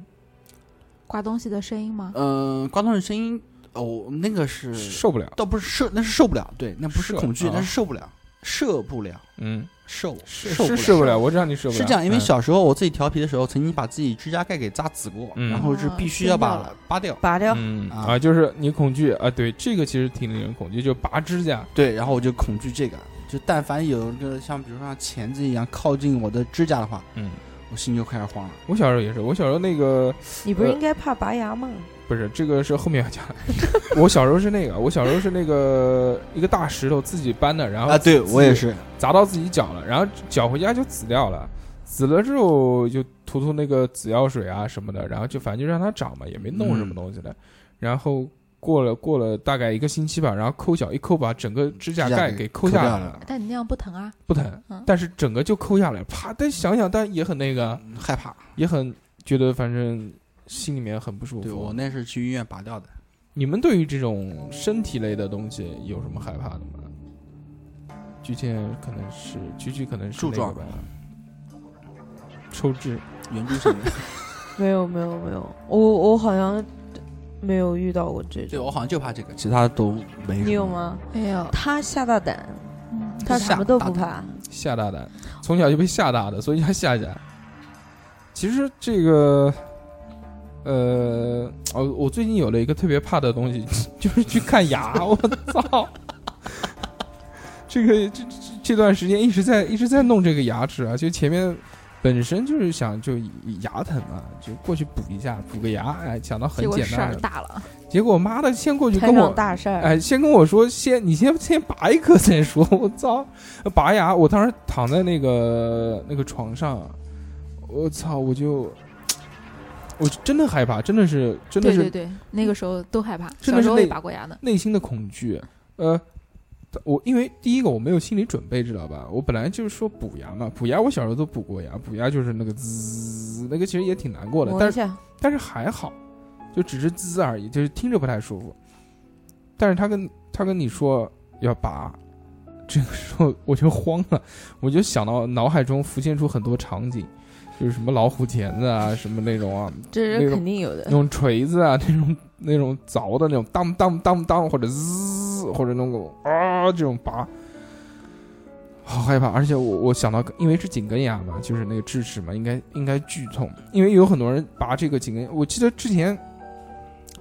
刮东西的声音吗？嗯，刮痛的声音，哦，那个是受不了，倒不是受，那是受不了，对，那不是受恐惧，啊那是受不了，受不了，嗯，受是受是了受不了，我知道你受不了，是这样，因为嗯小时候我自己调皮的时候，曾经把自己指甲盖给扎紫过，嗯然后是必须要哦把真拔掉。拔掉。嗯啊啊，就是你恐惧啊，对这个其实挺令人恐惧，就拔指甲，对，然后我就恐惧这个，就但凡有一个像比如说像钳子一样靠近我的指甲的话，嗯，我心就开始慌了。我小时候也是，我小时候那个你不是呃应该怕拔牙吗？不是这个是后面 要讲的，我小时候是那个，我小时候是那个一个大石头自己搬的，然后啊，对我也是。是，砸到自己脚了，然后脚回家就紫掉了，紫了之后就涂涂那个紫药水啊什么的，然后就反正就让它长嘛，也没弄什么东西的。然后过了过了大概一个星期吧，然后抠脚一抠，把整个指甲指甲盖给给抠抠下掉来了了，但你那样不疼啊？不疼嗯，但是整个就抠下来，啪！但想想，但也很那个，害怕。也很觉得反正心里面很不舒对我服。那是去医院拔掉的。你们对于这种身体类的东西有什么害怕的吗？巨蟹可能是，菊菊可能是柱那个状吧，抽脂。原著小 人，没有，没有，没有。我我好像没有遇到过这对种。我好像就怕这个，其他都没什么。你有？吗？没有，他下大胆，嗯，他什么都不下怕。吓大的，从小就被吓大的，所以要吓吓。其实这个，呃，哦，我最近有了一个特别怕的东西， 就是去看牙。 我操！这个这这这段时间一直在一直在弄这个牙齿啊，就前面本身就是想就牙疼啊，就过去补一下，补个牙，哎，想到结很果简事单儿的，大了，结果妈的先过去摊跟我上大事儿，哎，先跟我说，先你先先拔一颗再说。我操，拔牙！我当时躺在那个那个床上，我操，我就，我真的害怕，真的是，真的对是对对，那个时候都害怕，真小的是时候也那拔过牙呢。内心的恐惧。呃，我因为第一个我没有心理准备，知道吧？我本来就是说补牙嘛，补牙我小时候都补过牙，补牙就是那个滋，那个其实也挺难过的，但磨是一下。但是还好，就只是滋而已，就是听着不太舒服。但是他跟他跟你说要拔，这个时候我就慌了，我就想到脑海中浮现出很多场景，就是什么老虎钳子啊，什么那种啊，这那是个肯定有那的。种锤子啊， 那种那种凿的那种当当当当，或者滋，或者那种啊这种拔，好害怕。而且我我想到，因为是颈根牙嘛，就是那个智齿嘛，应该应该剧痛，因为有很多人拔这个颈根，我记得之前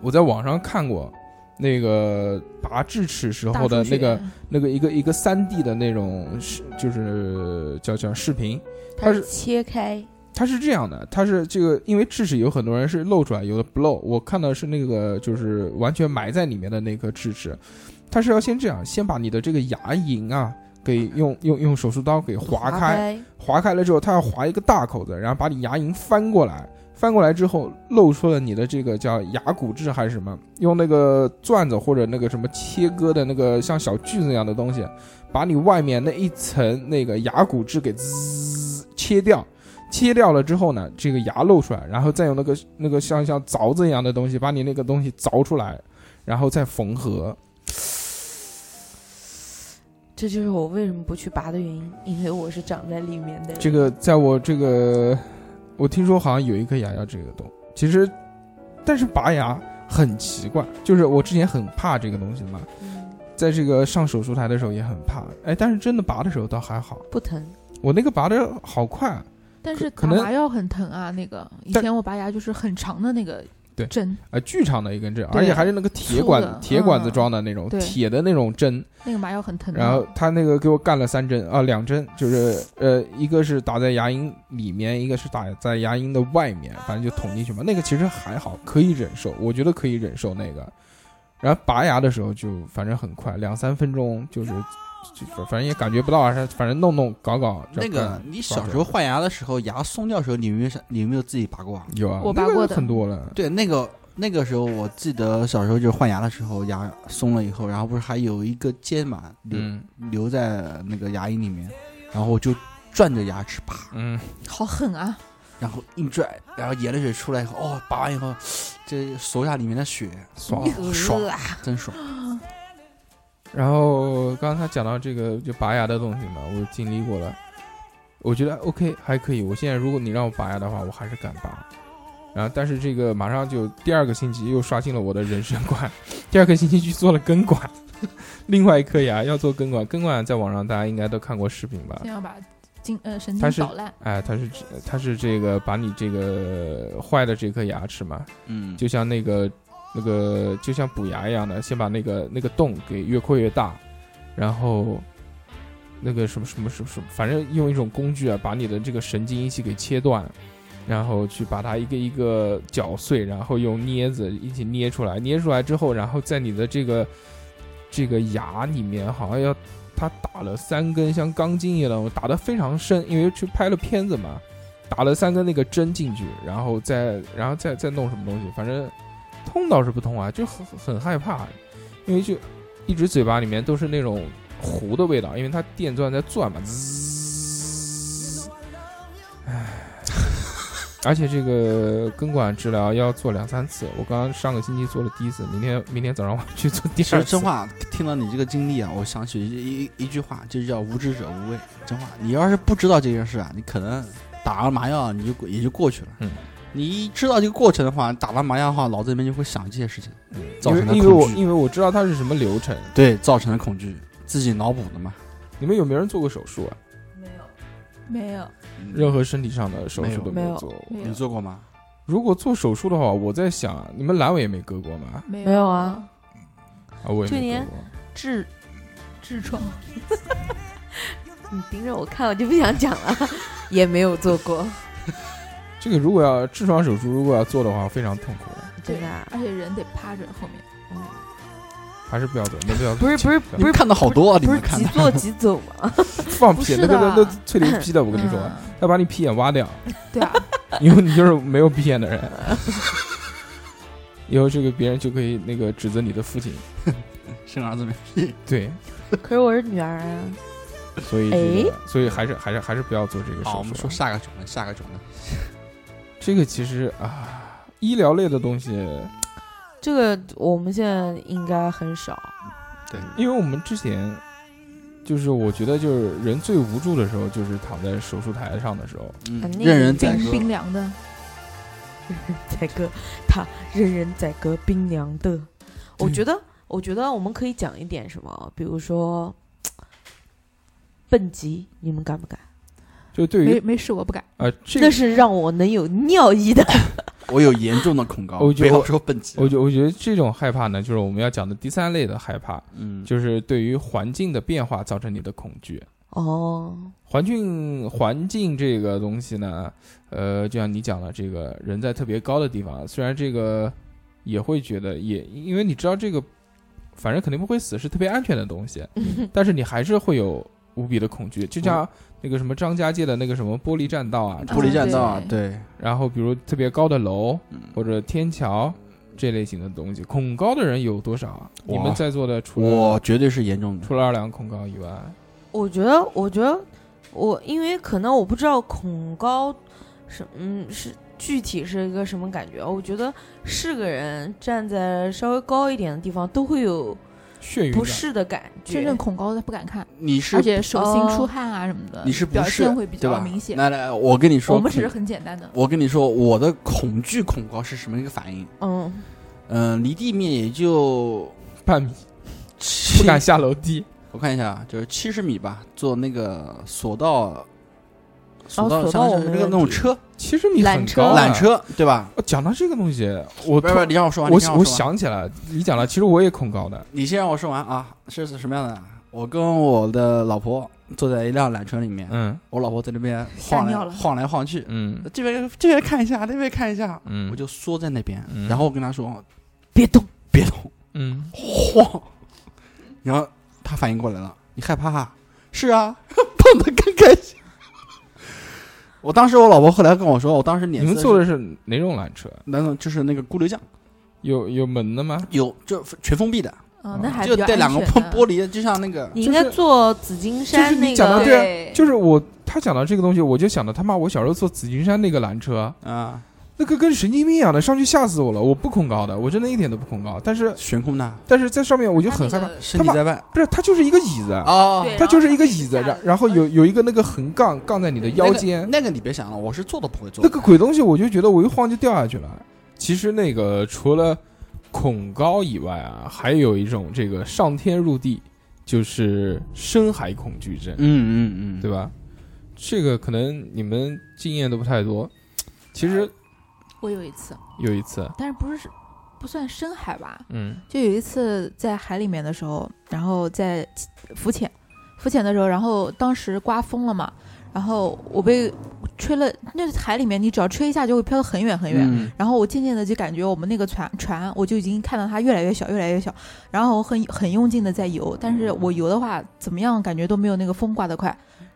我在网上看过。那个拔智齿时大候的出血那个那个一个一个三 D 的那种视，就是叫叫视频，它它是是切开，它是这样的，它是这个，因为智齿有很多人是露出来，有的不露。我看到是那个就是完全埋在里面的那颗智齿，它是要先这样，先把你的这个牙龈啊给用用用手术刀给划划开，，划开了之后，它要划一个大口子，然后把你牙龈翻过来，翻过来之后露出了你的这个叫牙骨质还是什么，用那个钻子或者那个什么切割的那个像小锯子一样的东西，把你外面那一层那个牙骨质给滋切掉。切掉了之后呢，这个牙露出来，然后再用那个那个像像凿子一样的东西把你那个东西凿出来，然后再缝合。这就是我为什么不去拔的原因，因为我是长在里面的人。这个在我这个，我听说好像有一颗牙要这个洞，其实，但是拔牙很奇怪，就是我之前很怕这个东西嘛，嗯在这个上手术台的时候也很怕，哎，但是真的拔的时候倒还好，不疼，我那个拔的好快，但是可打能麻药很疼啊，那个以但前我拔牙就是很长的那个对针，呃，巨长的一根针，对而且还是那个铁管粗的铁管子嗯装的那种对铁的那种针，那个麻药很疼的。然后他那个给我干了三针啊，两针，就是呃，一个是打在牙龈里面，一个是打在牙龈的外面，反正就捅进去嘛。那个其实还好，可以忍受，我觉得可以忍受那个。然后拔牙的时候就反正很快，两三分钟就是，就反正也感觉不到啊，反正弄弄搞搞。这那样个干你小时候换牙的时候，牙松掉的时候，你有没有你有没有自己拔过啊？有啊，我拔那个过的很多了，对，那个那个时候，我记得小时候就是换牙的时候，牙松了以后，然后不是还有一个尖嘛，留、嗯留在那个牙龈里面，然后我就转着牙齿拔，嗯，好狠啊！然后硬拽，然后眼泪水出来以后，哦，拔完以后，这手甲里面的血爽。啊爽，真爽。然后刚才讲到这个就拔牙的东西嘛，我经历过了，我觉得 OK 还可以。我现在如果你让我拔牙的话，我还是敢拔。然后但是这个马上就第二个星期又刷新了我的人生观， 第二个星期去做了根管，另外一颗牙要做根管，根管在网上大家应该都看过视频吧？呃先要把筋呃神它经是捣烂，哎，它是它是这个把你这个坏的这颗牙齿嘛，嗯，就像那个那个就像补牙一样的，先把那个那个洞给越扩越大，然后那个什么什么什么什么，反正用一种工具啊，把你的这个神经一起给切断，然后去把它一个一个绞碎，然后用镊子一起捏出来，捏出来之后，然后在你的这个这个牙里面好像要。他打了三根像钢筋一样的，打得非常深，因为去拍了片子嘛，打了三根那个针进去，然后再然后再再弄什么东西，反正痛倒是不痛啊，就很很害怕，因为就一直嘴巴里面都是那种糊的味道，因为它电钻在钻嘛，滋，唉，而且这个根管治疗要做两三次，我刚刚上个星期做了第一次，明天明天早上我要去做第其二实次。真话，听到你这个经历啊，我想起一一一句话，就是叫无知者无畏。真话，你要是不知道这件事啊，你可能打了麻药你就也就过去了。嗯，你一知道这个过程的话，打了麻药的话，脑子里面就会想这些事情，嗯造成的因为因为我恐惧因为我知道它是什么流程，对，造成的恐惧，自己脑补的嘛。你们有没有人做过手术啊？没有任何身体上的手没术有都没有有做过。没嗯你有做过吗？如果做手术的话，我在想，你们阑尾也没割过吗？没没有啊，啊，我也去没割年过。痔痔疮你盯着我看，我就不想讲了， 也没有做过，这个如果要痔疮手术，如果要做的话，非常痛苦，真的啊。而且人得趴着后面。还是不要做，没必要做。不是不是不你们看的好多啊，你不是们看急 的。做急走吗？放不屁，是那个的那那脆驴皮的，我我跟你说，啊嗯要把你屁眼挖掉，对 啊，以后你就是没有屁眼的人。 以后这个别人就可以那个指责你的父亲，生儿子没？对， 可是我是女儿啊，哎所以这哎个所以还是还是还是不要做这个手术啊。好，我们说下个种类，下个种类。这个其实啊，医疗类的东西，这个我们现在应该很少。对，因为我们之前就是我觉得就是人最无助的时候，就是躺在手术台上的时候。嗯啊那任个人宰冰割，冰凉的，宰割，他人人宰割冰凉的。我觉得，我觉得我们可以讲一点什么，比如说蹦极，你们敢不敢？就对于没没试过不敢。呃这那个，是让我能有尿意的。我有严重的恐高，我不觉得要说啊蹦极，我觉我觉得这种害怕呢，就是我们要讲的第三类的害怕，嗯，就是对于环境的变化造成你的恐惧。哦，环境环境这个东西呢，呃，就像你讲了，这个人在特别高的地方，虽然这个也会觉得也，因为你知道这个，反正肯定不会死，是特别安全的东西，但是你还是会有无比的恐惧，就嗯像那个什么张家界的那个什么玻璃栈道啊，玻璃栈道啊嗯，对，然后比如特别高的楼嗯或者天桥这类型的东西，恐高的人有多少啊？我你们在座的除我了绝对是严重的，除了二两恐高以外， 我觉得，我觉得我因为可能我不知道恐高是嗯是具体是一个什么感觉，我觉得是个人站在稍微高一点的地方都会有眩晕不感适的感觉。真正恐高的不敢看，你是而且手心哦出汗啊什么的，你是不表是现会比对较吧明显。来来，我跟你说，嗯我们只是很简单的，我跟你说，我的恐惧恐高是什么一个反应？嗯，嗯、离地面也就半米，七不敢下楼梯。我看一下，啊，就是七十米吧，坐那个索道，哦索道索相道当我于没那个那种车，其实你很缆车高啊缆。车对吧？哦讲到这个东西，我不是不是，你让我说完，我你让我说完，想起来，你讲了，其实我也恐高的。你先让我说完啊，是是什么样的啊？我跟我的老婆坐在一辆缆车里面，嗯我老婆在那边吓晃尿来了晃来晃去，嗯这边这边看一下，那边看一下，嗯我就缩在那边，嗯然后我跟她说别动，别动，嗯，晃，然后她反应过来了，你害怕、啊？是啊， 蹦得更开心。我当时我老婆后来跟我说，我当时你脸色们是坐的是哪种缆车？那种就是那个咕溜酱，有有门的吗？有就全封闭的，嗯，那还就比较带两个安玻全的玻璃，就像那个你应该坐紫金山就是那你讲个到这啊对，就是我他讲到这个东西，我就想到他妈我小时候坐紫金山那个缆车，啊那个跟神经病一样的，上去吓死我了。我不恐高的，我真的一点都不恐高，但是悬空的，但是在上面我就它很害那怕个。身体在外不是，它就是一个椅子，哦对它就是一个然后椅子，它然然后有有一个那个横杠杠在你的腰间，那个你别想了，我是做都不会做那。个鬼东西，我就觉得我一晃就掉下去了。其实那个除了恐高以外啊，还有一种这个上天入地，就是深海恐惧症，嗯嗯嗯，对吧？吧？这个可能你们经验都不太多。其实我有一次，有一次，但是不是不算深海吧？嗯就有一次在海里面的时候，然后在浮潜，浮潜的时候，然后当时刮风了嘛，然后我被吹了。那海里面你只要吹一下就会飘得很远很远。嗯然后我渐渐的就感觉我们那个船船，我就已经看到它越来越小，越来越小。然后我很很用劲的在游，但是我游的话，怎么样感觉都没有那个风刮得快，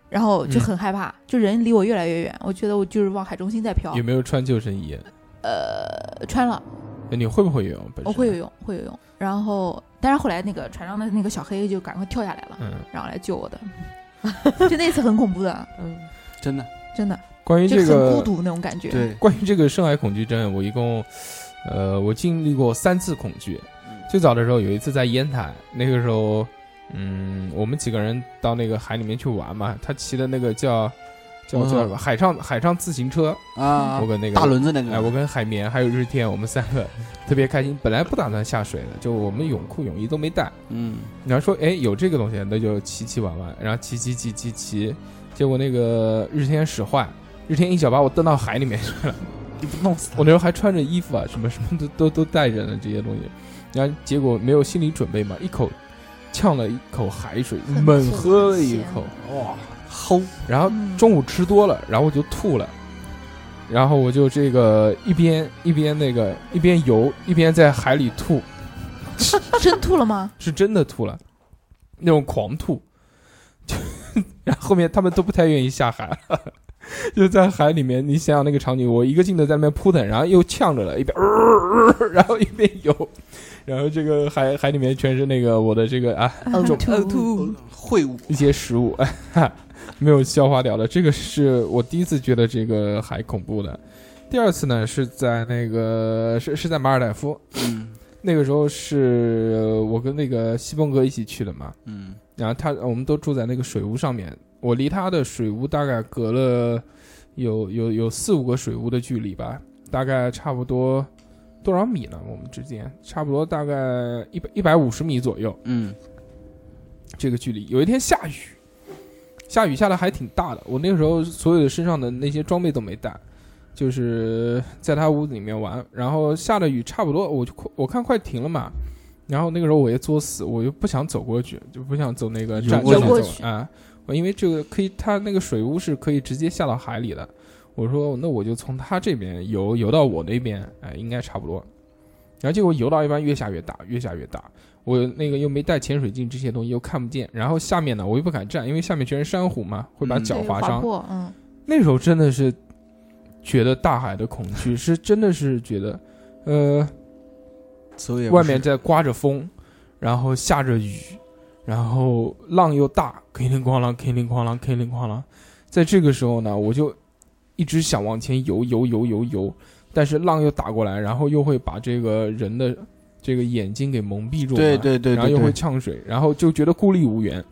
然后就很害怕，嗯就人离我越来越远，我觉得我就是往海中心在飘有。没有穿救生衣？哎呃，穿了，你会不会游泳？本身我会游。泳，会游泳。然后，但是后来那个船上的那个小黑就赶快跳下来了，嗯，然后来救我的。 就那次很恐怖的，嗯，真的真的关于就这很个孤独那种感觉。对，关于这个深海恐惧症，我一共，呃，我经历过三次恐惧。最早的时候有一次在烟台，那个时候，嗯，我们几个人到那个海里面去玩嘛，他骑的那个叫叫嗯叫什么海上海上自行车，啊我，跟那个大轮子那哎，我个，跟海绵还有日天，我们三个特别开心。本来不打算下水的，就我们泳裤泳衣都没带。嗯，然后说，哎，有这个东西，那就骑骑玩玩。然后骑骑骑骑骑，结果那个日天使坏，日天一脚把我蹬到海里面 去了。你不弄死他我那时候还穿着衣服啊，什么什么都都都带着呢，这些东西。然后结果没有心理准备嘛，一口呛了一口海水，很猛喝了一口，哇，齁，然后嗯 中午吃多了，然后我就吐了，然后我就这个一边一边那个一边游一边在海里吐，真吐 了吗？是真的吐了，那种狂吐。然后后面他们都不太愿意下海， 就在海里面，你想想那个场景，我一个劲的在那边扑腾，然后又呛着了，一边、 呃，然后一边游，然后这个海海里面全是那个我的这个啊呕呕嗯吐，秽物，一些食物， 没有消化掉的。这个是我第一次觉得这个海恐怖的。第二次呢是在那个是是在马尔代夫，嗯，那个时候是呃我跟那个西风哥一起去的嘛，嗯然后他我们都住在那个水屋上面，我离他的水屋大概隔了有有有四五个水屋的距离吧，大概差不多多少米呢？我们之间差不多大概一百一百五十米左右嗯这个距离。有一天下雨，下雨下的还挺大的，我那个时候所有的身上的那些装备都没带。就是在他屋子里面玩，然后下着雨，差不多我就快我看快停了嘛，然后那个时候我也作死，我就不想走过去，就不想走那个站游过过去啊，我因为这个可以，他那个水屋是可以直接下到海里的。我说那我就从他这边游游到我那边，哎，应该差不多。然后结果游到一半越下越大，越下越大，我那个又没带潜水镜，这些东西又看不见。然后下面呢，我又不敢站，因为下面全是珊瑚嘛，会把嗯脚对划划伤。破，嗯，那时候真的是觉得大海的恐惧，是真的是觉得，呃，所以也不外是面在刮着风，然后下着雨，然后浪又大，叮铃哐啷，叮铃哐啷，叮铃哐啷。在这个时候呢，我就一直想往前游，游，游，游，游，但是浪又打过来，然后又会把这个人的这个眼睛给蒙蔽住嘛，对对对然后对又会对，呛水，然后就觉得孤立无援，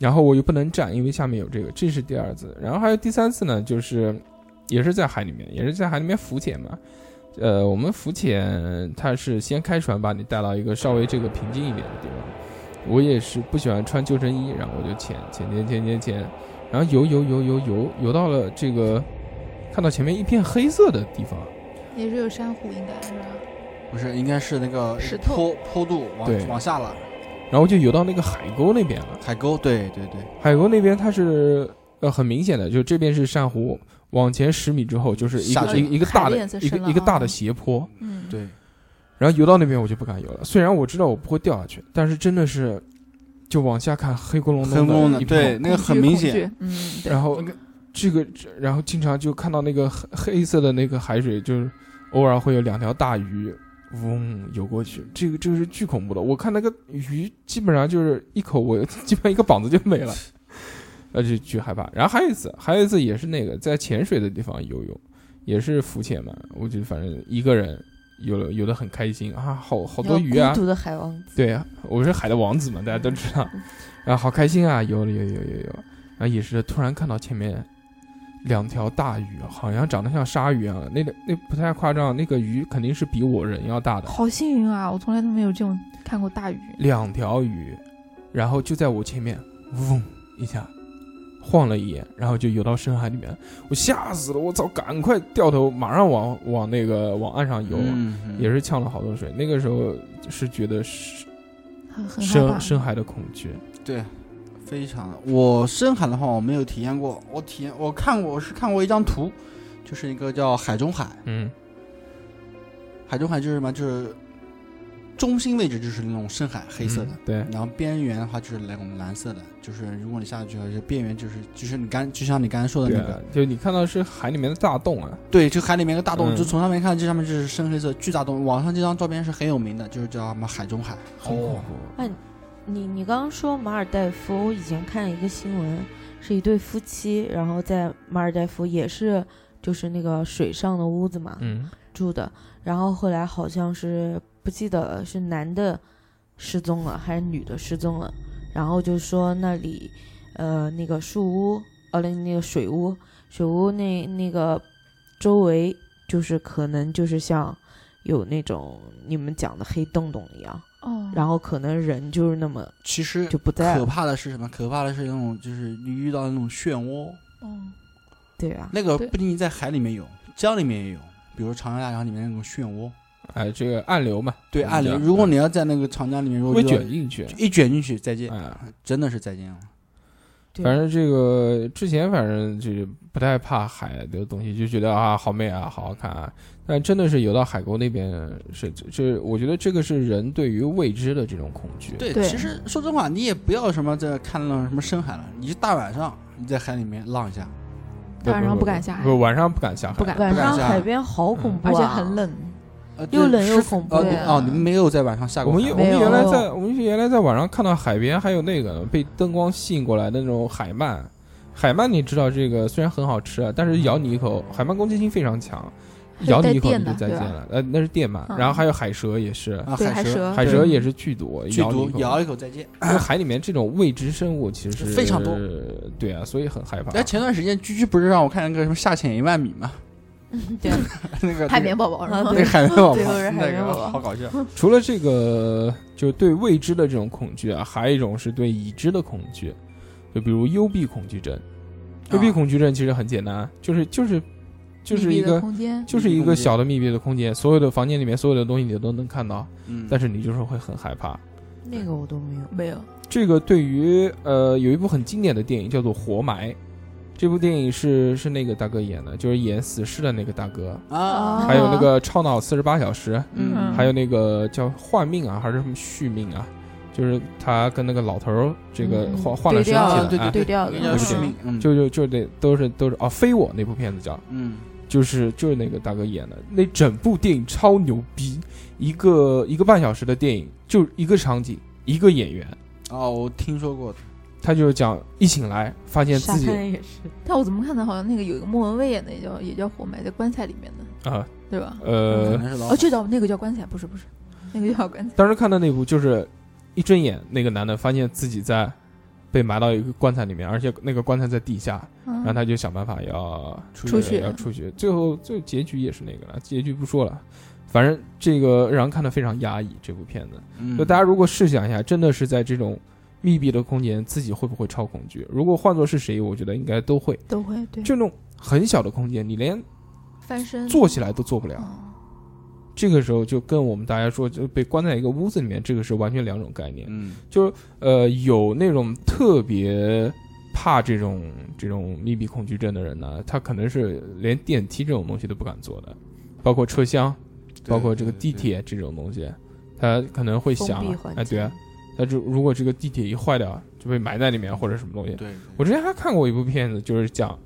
然后我又不能站，因为下面有这个，这是第二次。然后还有第三次呢，就是也是在海里面，也是在海里面浮潜嘛。呃，我们浮潜，它是先开船把你带到一个稍微这个平静一点的地方。我也是不喜欢穿救生衣，然后我就潜潜潜潜潜潜，然后游游游游游游到了这个，看到前面一片黑色的地方，也是有珊瑚，应该是吧？不是应该是那个石头坡坡度对往往下了，然后就游到那个海沟那边了。海沟，对对对，海沟那边它是呃很明显的，就这边是珊瑚，往前十米之后就是一下个去一个一个大海的的颜色一个深了一个大啊的斜坡，嗯，对，然后游到那边我就不敢游了。虽然我知道我不会掉下去，但是真的是就往下看黑咕隆黑咕咚隆的的一片对那个恐很惧明恐显惧嗯，对，然后这个然后经常就看到那个黑黑色的那个海水，就是偶尔会有两条大鱼。嗡，游过去，这个这个是巨恐怖的。我看那个鱼，基本上就是一口我， 基本上一个膀子就没了。呃，就巨害怕。然后还有一次，还有一次也是那个在潜水的地方游泳，也是浮潜嘛。我就反正一个人游了，游的很开心啊，好好多鱼啊孤，独的海王子，对啊，我是海的王子嘛，大家都知嗯道。然后好开心啊，游了游游游游，然啊后也是突然看到前面两条大鱼，好像长得像鲨鱼啊，那个那不太夸张，那个鱼肯定是比我人要大的，好幸运啊！我从来都没有这种看过大鱼，两条鱼，然后就在我前面，嗡一下。晃了一眼，然后就游到深海里面了，我吓死了！我操，赶快掉头，马上往往那个往岸上游，啊嗯也是呛了好多水。那个时候是觉得是很很害怕深。深海的恐惧，对，非常的。我深海的话我没有体验过，我体验我看过，我是看过一张图，就是一个叫海中海，嗯，海中海就是什么，就是中心位置就是那种深海黑色的。嗯对，然后边缘的话就是来我们蓝色的，就是如果你下去的话，就边缘就是就是你刚就像你刚才说的对那啊个，，就你看到是海里面的大洞啊，对，就海里面有个大洞，嗯就从上面看，这上面就是深黑色巨大洞。网上这张照片是很有名的，就是叫什么海中海。很恐怖。你你刚刚说马尔代夫，我以前看一个新闻，是一对夫妻，然后在马尔代夫也是就是那个水上的屋子嘛、嗯，住的，然后后来好像是不记得了，是男的失踪了还是女的失踪了，然后就说那里呃那个树屋呃那那个水屋水屋那那个周围就是可能就是像有那种你们讲的黑洞洞一样。哦，然后可能人就是那么其实就不在可了，怕的是什么？可怕的是那种就是你遇到那种漩涡，嗯，对啊，那个对不仅仅在海里面有，江里面也有，比如长江大桥里面那种漩涡。哎，这个暗流嘛，对，我们暗流。讲如果你要在那个长江里面，如果嗯会遇到卷进去，一卷进去，再见，哎，真的是再见了。啊对啊反正这个之前反正就是不太怕海的东西，就觉得啊好美啊，好好看啊。但真的是游到海沟那边是，这我觉得这个是人对于未知的这种恐惧。对，对其实说真话，你也不要什么在看那种什么深海了，你就大晚上你在海里面浪一下，不，晚上不敢下海不晚上不敢下嗯海，不敢，晚上下海边好恐怖、啊而且很，冷。呃，对又冷又是恐怖哦，你对哦，你们没有在晚上下我过们海我吗们没原来有在我们原来在晚上看到海边还有那个被灯光吸引过来的那种海鳗，海鳗你知道这个虽然很好吃啊，但是咬你一口，海鳗攻击性非常强。咬你一口带电你就的再对见吧了。呃，那是电鳗，嗯然后还有海蛇也是，啊对，海蛇，海蛇也是剧毒，剧咬你一毒口咬一口再见。因为海里面这种未知生物其实非常多，对啊，所以很害怕。哎，前段时间居居不是让我看那个什么下潜一万米 吗？对， 那个海绵宝宝是吗？那个海绵宝宝，对我是海那绵宝个宝好搞笑。除了这个，就是对未知的这种恐惧啊，还有一种是对已知的恐惧，就比如幽闭恐惧症。啊幽闭恐惧症其实很简单，就是就是就是啊密一闭的个空间，就是一个小的密闭的空间，所有的房间里面所有的东西你都能看到，嗯，但是你就是会很害怕。那个我都没有。没有，这个对于呃有一部很经典的电影叫做《活埋》，这部电影是是那个大哥演的，就是演死尸的那个大哥，啊还有那个《超脑四十八小时》，嗯还有那个叫换命啊，还是什么续命啊，就是他跟那个老头儿这个嗯换换了对身体了调，对啊，对调那的，个叫嗯续命，嗯，就就就得都是都是哦，非我那部片子叫，嗯，就是就是那个大哥演的，那整部电影超牛逼，一个一个半小时的电影，就一个场景，一个演员，哦，我听说过，他就是讲一醒来发现沙自己滩也是，但我怎么看的，好像那个有一个莫文蔚演的，也叫也叫活埋在棺材里面的，啊对吧？可呃，能是老哦，这叫那个叫棺材，不是不是，那个叫棺材。当时看到那部就是一睁眼，那个男的发现自己在被埋到一个棺材里面，而且那个棺材在地下，嗯然后他就想办法要出出去要出去。最后最后结局也是那个了，结局不说了。反正这个让人看得非常压抑，这部片子。嗯就大家如果试想一下，真的是在这种密闭的空间，自己会不会超恐惧？如果换作是谁，我觉得应该都会。都会对就那种很小的空间，你连翻身坐起来都做不嗯了。哦这个时候就跟我们大家说，就被关在一个屋子里面，这个是完全两种概念。嗯就是呃，有那种特别怕这种这种密闭恐惧症的人呢，他可能是连电梯这种东西都不敢坐的，包括车厢，包括这个地铁这种东西，他可能会封想闭环，哎，对啊境，他就如果这个地铁一坏掉，就被埋在里面或者什么东西。对，我之前还看过一部片子，就是讲。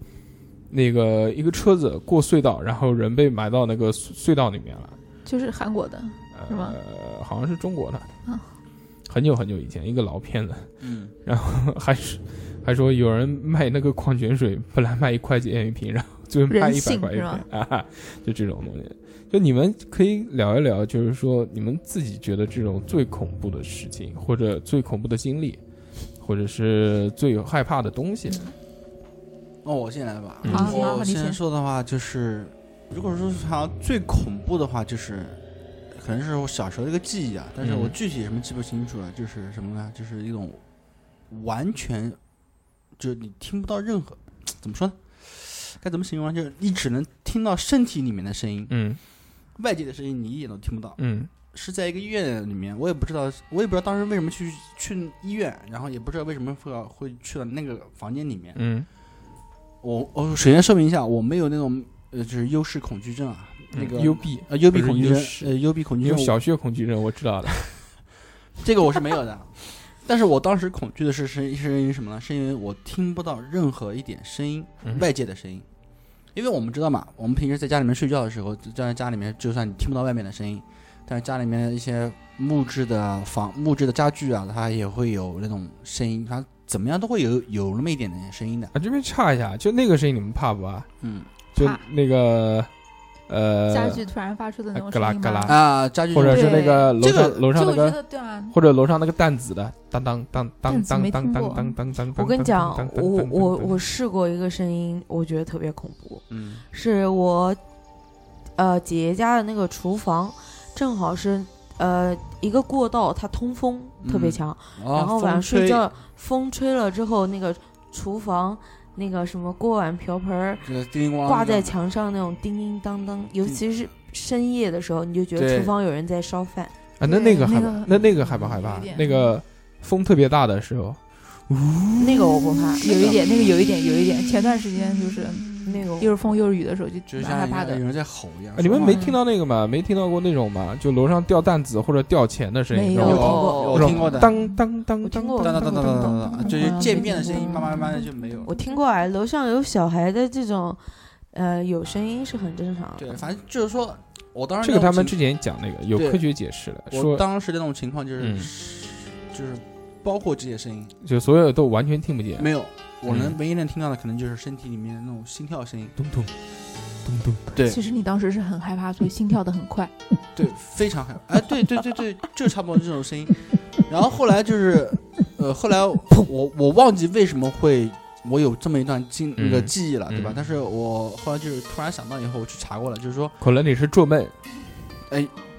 那个一个车子过隧道，然后人被埋到那个隧隧道里面了，就是韩国的，呃，是吗好像是中国的，啊很久很久以前一个老片子，嗯， 还是还说有人卖那个矿泉水，本来卖一块钱一瓶，然后最后卖人一百性块一是瓶吧啊，就这种东西。就你们可以聊一聊，就是说你们自己觉得这种最恐怖的事情，或者最恐怖的经历，或者是最有害怕的东西。那哦我先来吧。嗯好好我好你先先说的话就是，如果说好像最恐怖的话，就是可能是我小时候的一个记忆啊，但是我嗯具体什么记不清楚了。就是什么呢？就是一种完全，就是你听不到任何怎么说呢？该怎么形容啊？就是你只能听到身体里面的声音，嗯外界的声音你一点都听不到。嗯是在一个医院里面，我也不知道，我也不知道当时为什么去去医院，然后也不知道为什么会会去到那个房间里面。嗯我我首先说明一下，我没有那种呃，就是优势恐惧症啊，那个嗯幽闭，呃幽闭恐惧不是症优，势呃幽闭恐惧有症，小学恐惧症，我知道的。啊这个我是没有的。但是我当时恐惧的是是是因为什么呢？是因为我听不到任何一点声音，嗯外界的声音。因为我们知道嘛，我们平时在家里面睡觉的时候，就在家里面，就算你听不到外面的声音，但是家里面的一些木质的房、木质的家具啊，它也会有那种声音，它怎么样都会有有那么一点点声音的。啊，这边岔一下，就那个声音你们怕不怕？嗯就怕那个呃，家具突然发出的那种嘎啦声音嘎啦吗？啊，家具或者就是那个楼这个上楼上就那我觉个得对啊，或者楼上那个弹子的，当当当当弹子当没当听当过当当当。我跟你讲当，当我当我当我试过一个声音，我觉得特别恐怖，嗯是我呃姐姐家的那个厨房，正好是呃一个过道，它通风特嗯别强，哦然后晚风上吹睡觉风吹了之后，那个厨房那个什么锅碗瓢盆儿就是叮咣啷挂在的墙上那种叮叮当当，尤叮其是深夜的时候，你就觉得对厨房有人在烧饭。啊，那对那个害那怕个，那那个害怕害有怕一，点嗯那个风特别大的时候，啊那个我不怕，有一点那个有一点有一点，前段时间就是嗯那个又是风又是雨的时候，就就蛮害像怕有的。人在吼一样啊。你们没嗯听到那个吗？没听到过那种吗？就楼上掉弹子或者掉钱的声音，没然后有嗯听有过，我听过的当当当我当听过当当当当当当当，就是嗯渐变的声音，慢慢慢慢的就没有了。我听过啊，楼上有小孩的这种，呃，有声音是很正常对，的。反正就是说，我当时这个那种他们之情前讲那个有对科学解释的，我说当时的那种情况就是，嗯就是包括这些声音就所有都完全听不见，没有，我能唯一能听到的可能就是身体里面的那种心跳声音，咚咚咚咚，对其实你当时是很害怕，所以心跳的很快。对，非常害怕，哎，对对对对，就差不多这种声音。然后后来就是，呃，后来我我忘记为什么会我有这么一段经那个嗯记忆了，对吧嗯？但是我后来就是突然想到以后，我去查过了，就是说可能你是做梦，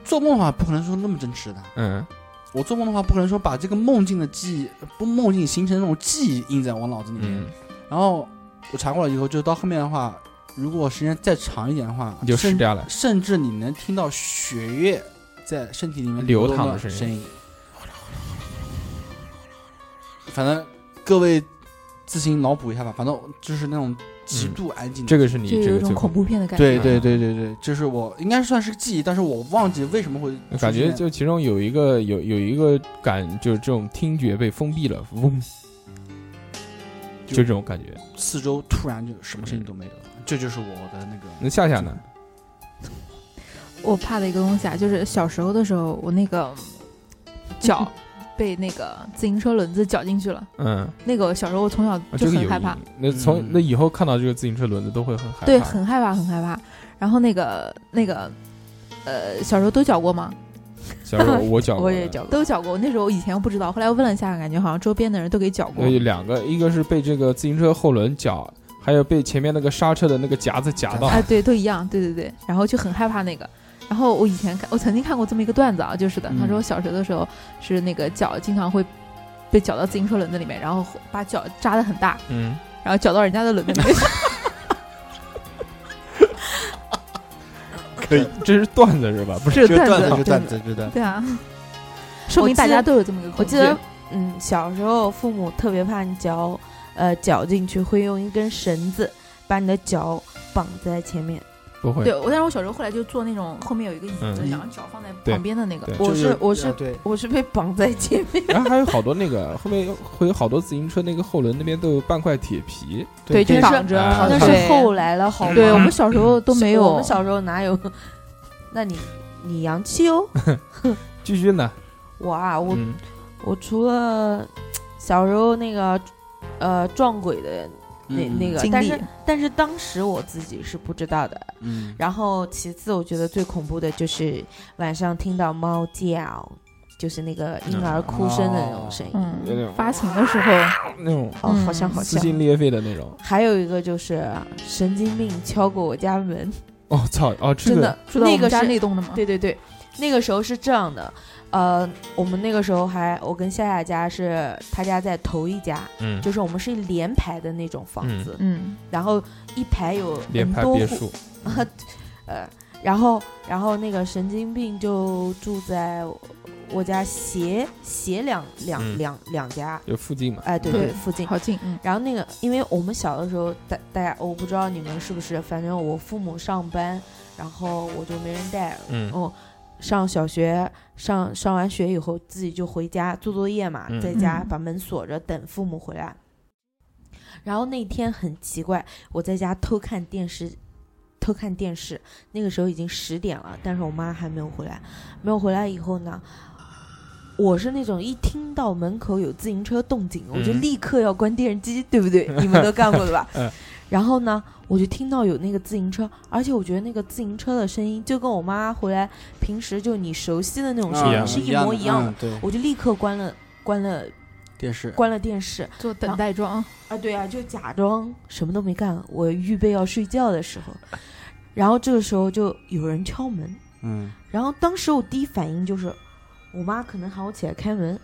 做梦的话不可能说那么真实的，嗯，我做梦的话不可能说把这个梦境的记忆不梦境形成那种记忆印在我脑子里面。嗯，然后我查过了以后，就到后面的话，如果时间再长一点的话，你就甚失掉了。甚至你能听到血液在身体里面流动淌的的声声音音。反正各位自行脑补一下吧，反正就是那种极嗯度安静的、这个嗯是你就这有个一种最恐怖片的感觉。对对对对对，这是我应该算是记忆，但是我忘记为什么会出嗯感觉现就其中有一个有有一个感，就是这种听觉被封闭了，嗡，就就这种感觉。四周突然就什么声音都没有了，这就是我的那个。那夏夏呢？我怕的一个东西啊，就是小时候的时候，我那个脚被那个自行车轮子绞进去了。嗯，啊那个我小时候我从小这就个有很阴害怕，影。那从嗯那以后看到这个自行车轮子都会很害怕。对，很害怕，很害怕。然后那个那个，呃，小时候都绞过吗？小时候我脚，我也。叫都绞过。那时候我以前不知道，后来我问了一下，感觉好像周边的人都给绞过那。有两个，一个是被这个自行车后轮绞，还有被前面那个刹车的那个夹子夹到。啊，对，都一样，对对对。然后就很害怕那个。然后我以前看，我曾经看过这么一个段子啊，就是的，他说嗯小学的时候是那个脚经常会被绞到自行车轮子里面，然后把脚扎得很大，嗯，然后绞到人家的轮子里面。可以，这是段子是吧？不是这这个个段段子，子这个段子，这个真的段子。对啊，说明我记得大家都有这么一个恐我惧。记得，嗯，小时候父母特别怕你脚，呃，绞进去，会用一根绳子把你的脚绑在前面。不会对，我但是我小时候后来就做那种后面有一个椅子，嗯然后脚放在对旁边的那个对。我就是我啊是对，我是被绑在前面，然哎后还有好多那个后面有会有好多自行车那个后轮那边都有半块铁皮，对，就是但是绑着。啊那对是后来了，好吗？对我们小时候 都没有。我们小时候哪有？那你你洋气哦！继续呢，我啊，我嗯，我除了小时候那个呃撞鬼的那嗯那个经，但历是但是当时我自己是不知道的。嗯，然后其次，我觉得最恐怖的就是晚上听到猫叫，就是那个婴儿哭声的那种声音，有点嗯，发情的时候，那种哦，嗯好像好撕像。心裂肺的那种。还有一个就是神经病敲过我家门，哦操！哦，这真个的，住到那我们个家是那栋的嘛。对对对，那个时候是这样的，呃，我们那个时候还我跟夏夏家是他家在头一家，嗯就是我们是连排的那种房嗯子，嗯，然后一排有连很排多别户，墅，呃，然后然后那个神经病就住在我家斜斜两两、嗯两两家，就附近嘛。哎、对对附近。好近，嗯，然后那个，因为我们小的时候，大大家我不知道你们是不是，反正我父母上班，然后我就没人带，嗯哦，上小学上上完学以后，自己就回家做作业嘛，嗯在家嗯把门锁着，等父母回来。然后那天很奇怪，我在家偷看电视，偷看电视。那个时候已经十点了，但是我妈还没有回来。没有回来以后呢，我是那种一听到门口有自行车动静，我就嗯？立刻要关电视机，对不对？你们都干过的吧嗯然后呢，我就听到有那个自行车，而且我觉得那个自行车的声音就跟我妈回来平时就你熟悉的那种声啊一音、样是一模一样的，嗯对，我就立刻关了关了电视关了电视做等等待装，啊，对啊，就假装什么都没干，我预备要睡觉的时候，然后这个时候就有人敲门，嗯，然后当时我第一反应就是，我妈可能喊我起来开门，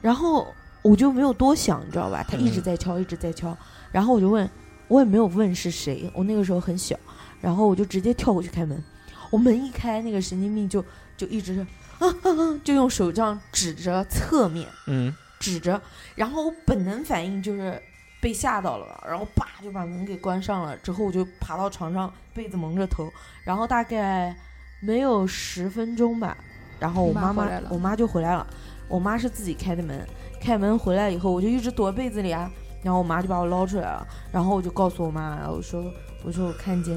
然后我就没有多想，你知道吧？她一直在敲，一直在敲，然后我就问，我也没有问是谁，我那个时候很小，然后我就直接跳过去开门，我门一开，那个神经病就就一直是啊啊啊，就用手这样指着侧面嗯，指着，然后我本能反应就是。被吓到了吧，然后啪就把门给关上了。之后我就爬到床上，被子蒙着头，然后大概没有十分钟吧，然后我你妈妈妈回来了我妈就回来了。我妈是自己开的门，开门回来以后，我就一直躲被子里啊，然后我妈就把我捞出来了，然后我就告诉我妈，我说我说我看见，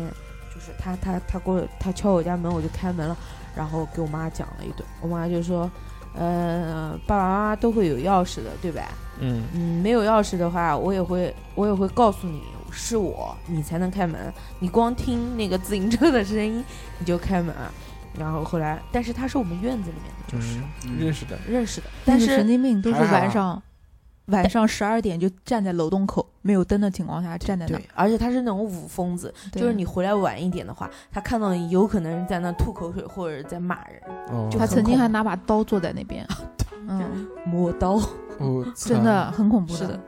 就是她她她过她敲我家门，我就开门了，然后给我妈讲了一顿，我妈就说呃，爸爸妈妈都会有钥匙的，对吧？嗯嗯，没有钥匙的话，我也会，我也会告诉你是我，你才能开门。你光听那个自行车的声音，你就开门。然后后来，但是他是我们院子里面的，就是、嗯认识的，认识的，但但是是神经病都是还好晚上，晚上十二点就站在楼洞口没有灯的情况下站在那对，，而且他是那种武疯子，对就是你回来晚一点的话，他看到你有可能是在那吐口水或者是在骂人，哦，就他很曾经恐还怖拿把刀坐在那 边，嗯，磨刀，哦真的，嗯很恐怖是的，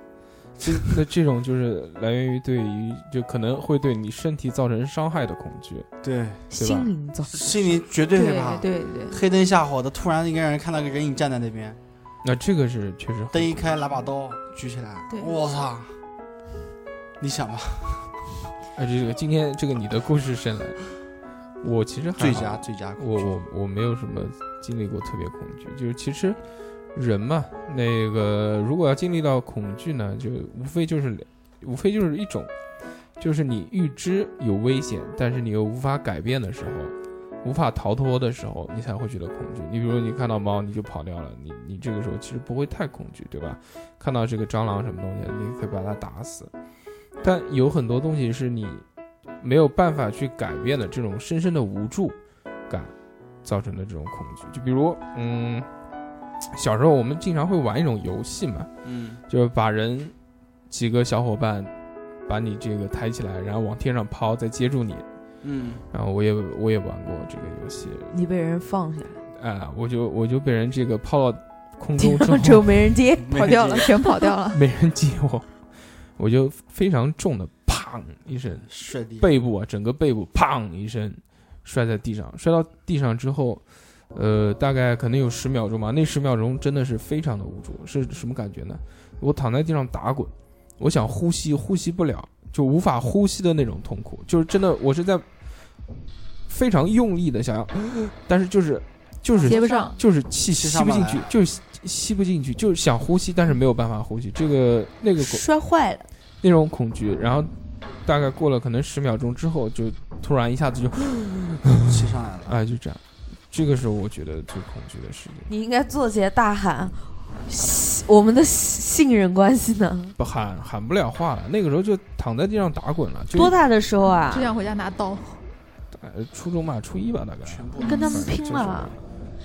这那这种就是来源于对于就可能会对你身体造成伤害的恐惧，对，心灵造成的心里绝对对害怕。对对，黑灯瞎火的，突然一个人看到个人影站在那边，那这个是确实很灯一开，拿把刀举起来对，我操！你想吧，哎，这个今天这个你的故事深了，我其实还好最佳最佳恐我惧我我没有什么经历过特别恐惧，就是其实人嘛，那个如果要经历到恐惧呢，就无非就是两无非就是一种，就是你预知有危险，但是你又无法改变的时候，无法逃脱的时候，你才会觉得恐惧。你比如你看到猫你就跑掉了，你你这个时候其实不会太恐惧，对吧？看到这个蟑螂什么东西，你可以把它打死，但有很多东西是你没有办法去改变的，这种深深的无助。感造成的这种恐惧。就比如，嗯，小时候我们经常会玩一种游戏嘛，嗯，就是把人几个小伙伴把你这个抬起来，然后往天上抛，再接住你。嗯，然后我也我也玩过这个游戏，你被人放下来，啊、我就我就被人这个抛到空听中之后 到，之后没 人接，跑掉了，全跑掉了，没人接我，我就非常重的砰一声，帅弟，背部啊，整个背部砰一声摔在地上，摔到地上之后，呃，大概可能有十秒钟吧。那十秒钟真的是非常的无助，是什么感觉呢？我躺在地上打滚，我想呼吸，呼吸不了，就无法呼吸的那种痛苦，就是真的，我是在非常用力的想要，但是就是就是接不上，就是气吸吸上不不进来去，就是吸吸不进去，就是想呼吸，但是没有办法呼吸。这个那个狗摔坏了，那种恐惧，然后大概过了可能十秒钟之后，就突然一下子就骑上 来了，啊就这样，这个是我觉得最恐惧的事情。你应该坐起来大喊， 信我们的信信任关系呢？不喊喊不了话了，那个时候就躺在地上打滚了，就多大的时候啊就？想回家拿刀，呃初中吧，初一吧大概。全部跟他们反正拼就是了！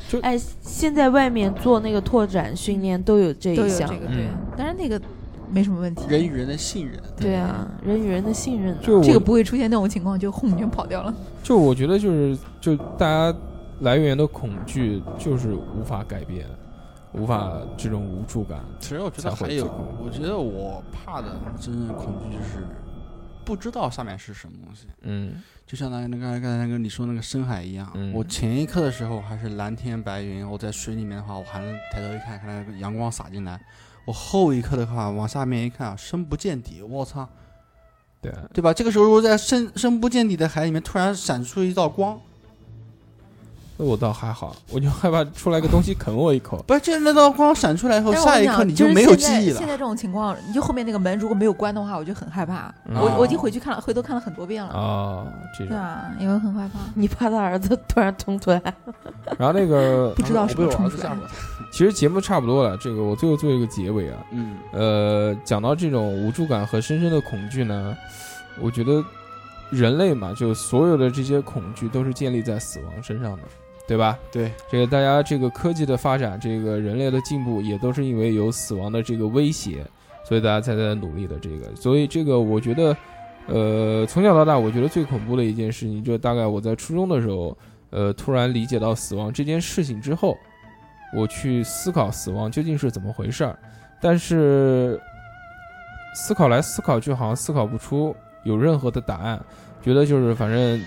就哎，现在外面做那个拓展训练都有这都一有这项，个对嗯，但是那个没什么问题，人与人的信任，对啊，人与人的信任呢，就我这个不会出现那种情况，就轰就跑掉了，就我觉得就是就大家来源的恐惧就是无法改变，无法这种无助感。其实我觉得还有，我觉得我怕的真正恐惧就是不知道下面是什么东西，嗯就像那个刚才刚才那个你说那个深海一样，嗯我前一刻的时候还是蓝天白云，我在水里面的话，我还能抬头一看，看那个阳光洒进来。我后一刻的话，往下面一看啊，深不见底，我操，对啊，对吧？这个时候如果在深深不见底的海里面，突然闪出一道光，那我倒还好，我就害怕出来个东西啃我一口。不是，这那道光闪出来以后，但是我下跟一你刻讲你就是没有现记在忆现了。在这种情况，你就后面那个门如果没有关的话，我就很害怕。嗯我我已经回去看了，回头看了很多遍了。哦啊、这对种，啊，因为很害怕，你怕他儿子突然冲出来，然后那个不知道我什被么我冲儿出子来吓的。过的。其实节目差不多了，这个我最后做一个结尾啊。嗯，呃，讲到这种无助感和深深的恐惧呢，我觉得人类嘛，就所有的这些恐惧都是建立在死亡身上的，对吧？对，这个大家这个科技的发展，这个人类的进步，也都是因为有死亡的这个威胁，所以大家才在努力的这个。所以这个我觉得，呃，从小到大，我觉得最恐怖的一件事情，就大概我在初中的时候，呃，突然理解到死亡这件事情之后，我去思考死亡究竟是怎么回事儿，但是思考来思考去，好像思考不出有任何的答案，觉得就是反正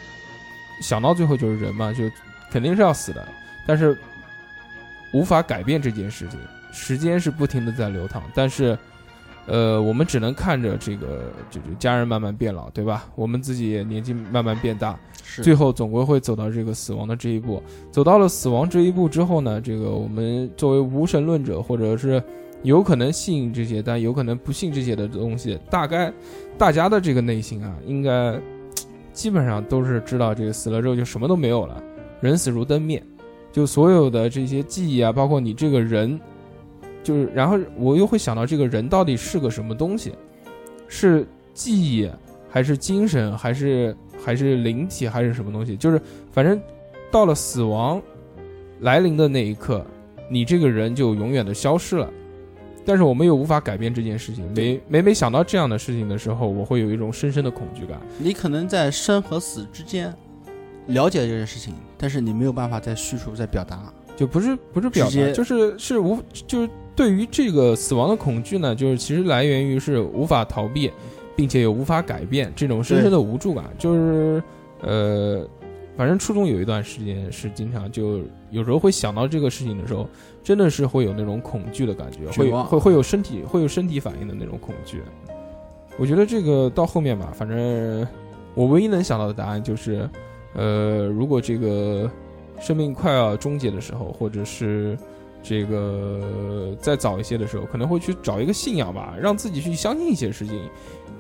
想到最后就是人嘛，就肯定是要死的，但是无法改变这件事情，时间是不停的在流淌，但是。呃，我们只能看着这个，这就家人慢慢变老，对吧？我们自己也年纪慢慢变大，是最后总归会走到这个死亡的这一步。走到了死亡这一步之后呢，这个我们作为无神论者，或者是有可能信这些，但有可能不信这些的东西，大概大家的这个内心啊，应该基本上都是知道这个死了之后就什么都没有了，人死如灯灭，就所有的这些记忆啊，包括你这个人，就是然后我又会想到这个人到底是个什么东西，是记忆啊还是精神还是还是灵体还是什么东西？就是反正到了死亡来临的那一刻，你这个人就永远的消失了。但是我们又无法改变这件事情，每每每想到这样的事情的时候，我会有一种深深的恐惧感。你可能在生和死之间了解这件事情，但是你没有办法再叙述、再表达。就不是不是表直达，接就是是无就是对于这个死亡的恐惧呢，就是其实来源于是无法逃避，并且也无法改变这种深深的无助感，就是呃，反正初中有一段时间是经常就有时候会想到这个事情的时候，真的是会有那种恐惧的感觉，绝会望会会有身体会有身体反应的那种恐惧。我觉得这个到后面吧，反正我唯一能想到的答案就是，呃，如果这个生命快要终结的时候，或者是这个再早一些的时候，可能会去找一个信仰吧，让自己去相信一些事情。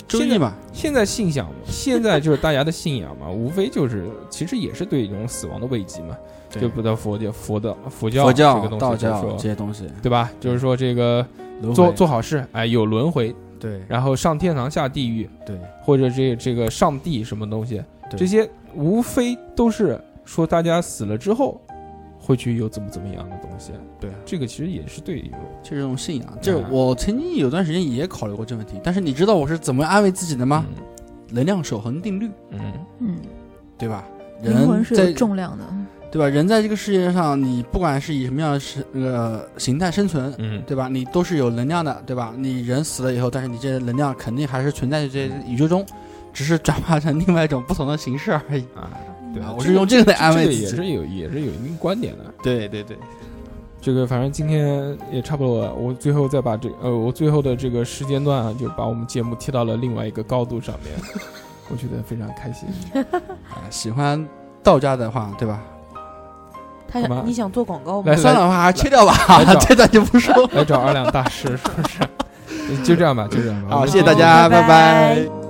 周现易在嘛，现在信仰，现在就是大家的信 仰嘛，无非就是其实也是对一种死亡的慰藉嘛，就不到佛教、佛的佛教、佛这个教、东西道就是教说这些东西，对吧？就是说这个轮做回做好事，哎，有轮回，对然后上天堂下地狱，对或者这这个上帝什么东西，对这些无非都是说大家死了之后会去有怎么怎么样的东西。对，这个其实也是对一种这种信仰。这嗯我曾经有段时间也考虑过这问题，但是你知道我是怎么安慰自己的吗？，能量守恒定律，嗯，嗯，对吧？灵魂人是有在重量的，嗯对吧？人在这个世界上，你不管是以什么样的是呃形态生存，嗯对吧？你都是有能量的，对吧？你人死了以后，但是你这些能量肯定还是存在于这些嗯宇宙中，只是转化成另外一种不同的形式而已。嗯啊，对啊，我是用这个来安这慰个也自己。是有也是有一定观点的。对对对，这个反正今天也差不多了，我最后再把这呃我最后的这个时间段啊，就把我们节目贴到了另外一个高度上 面，我觉得非常开心。啊，喜欢道家的话，对吧？他干嘛想你想做广告吗来？哎算了的话还是切掉吧来找， 这段就不说了。来找二两大师是不是？就这样吧，就这样吧，我 好，们谢谢大家，好拜拜拜拜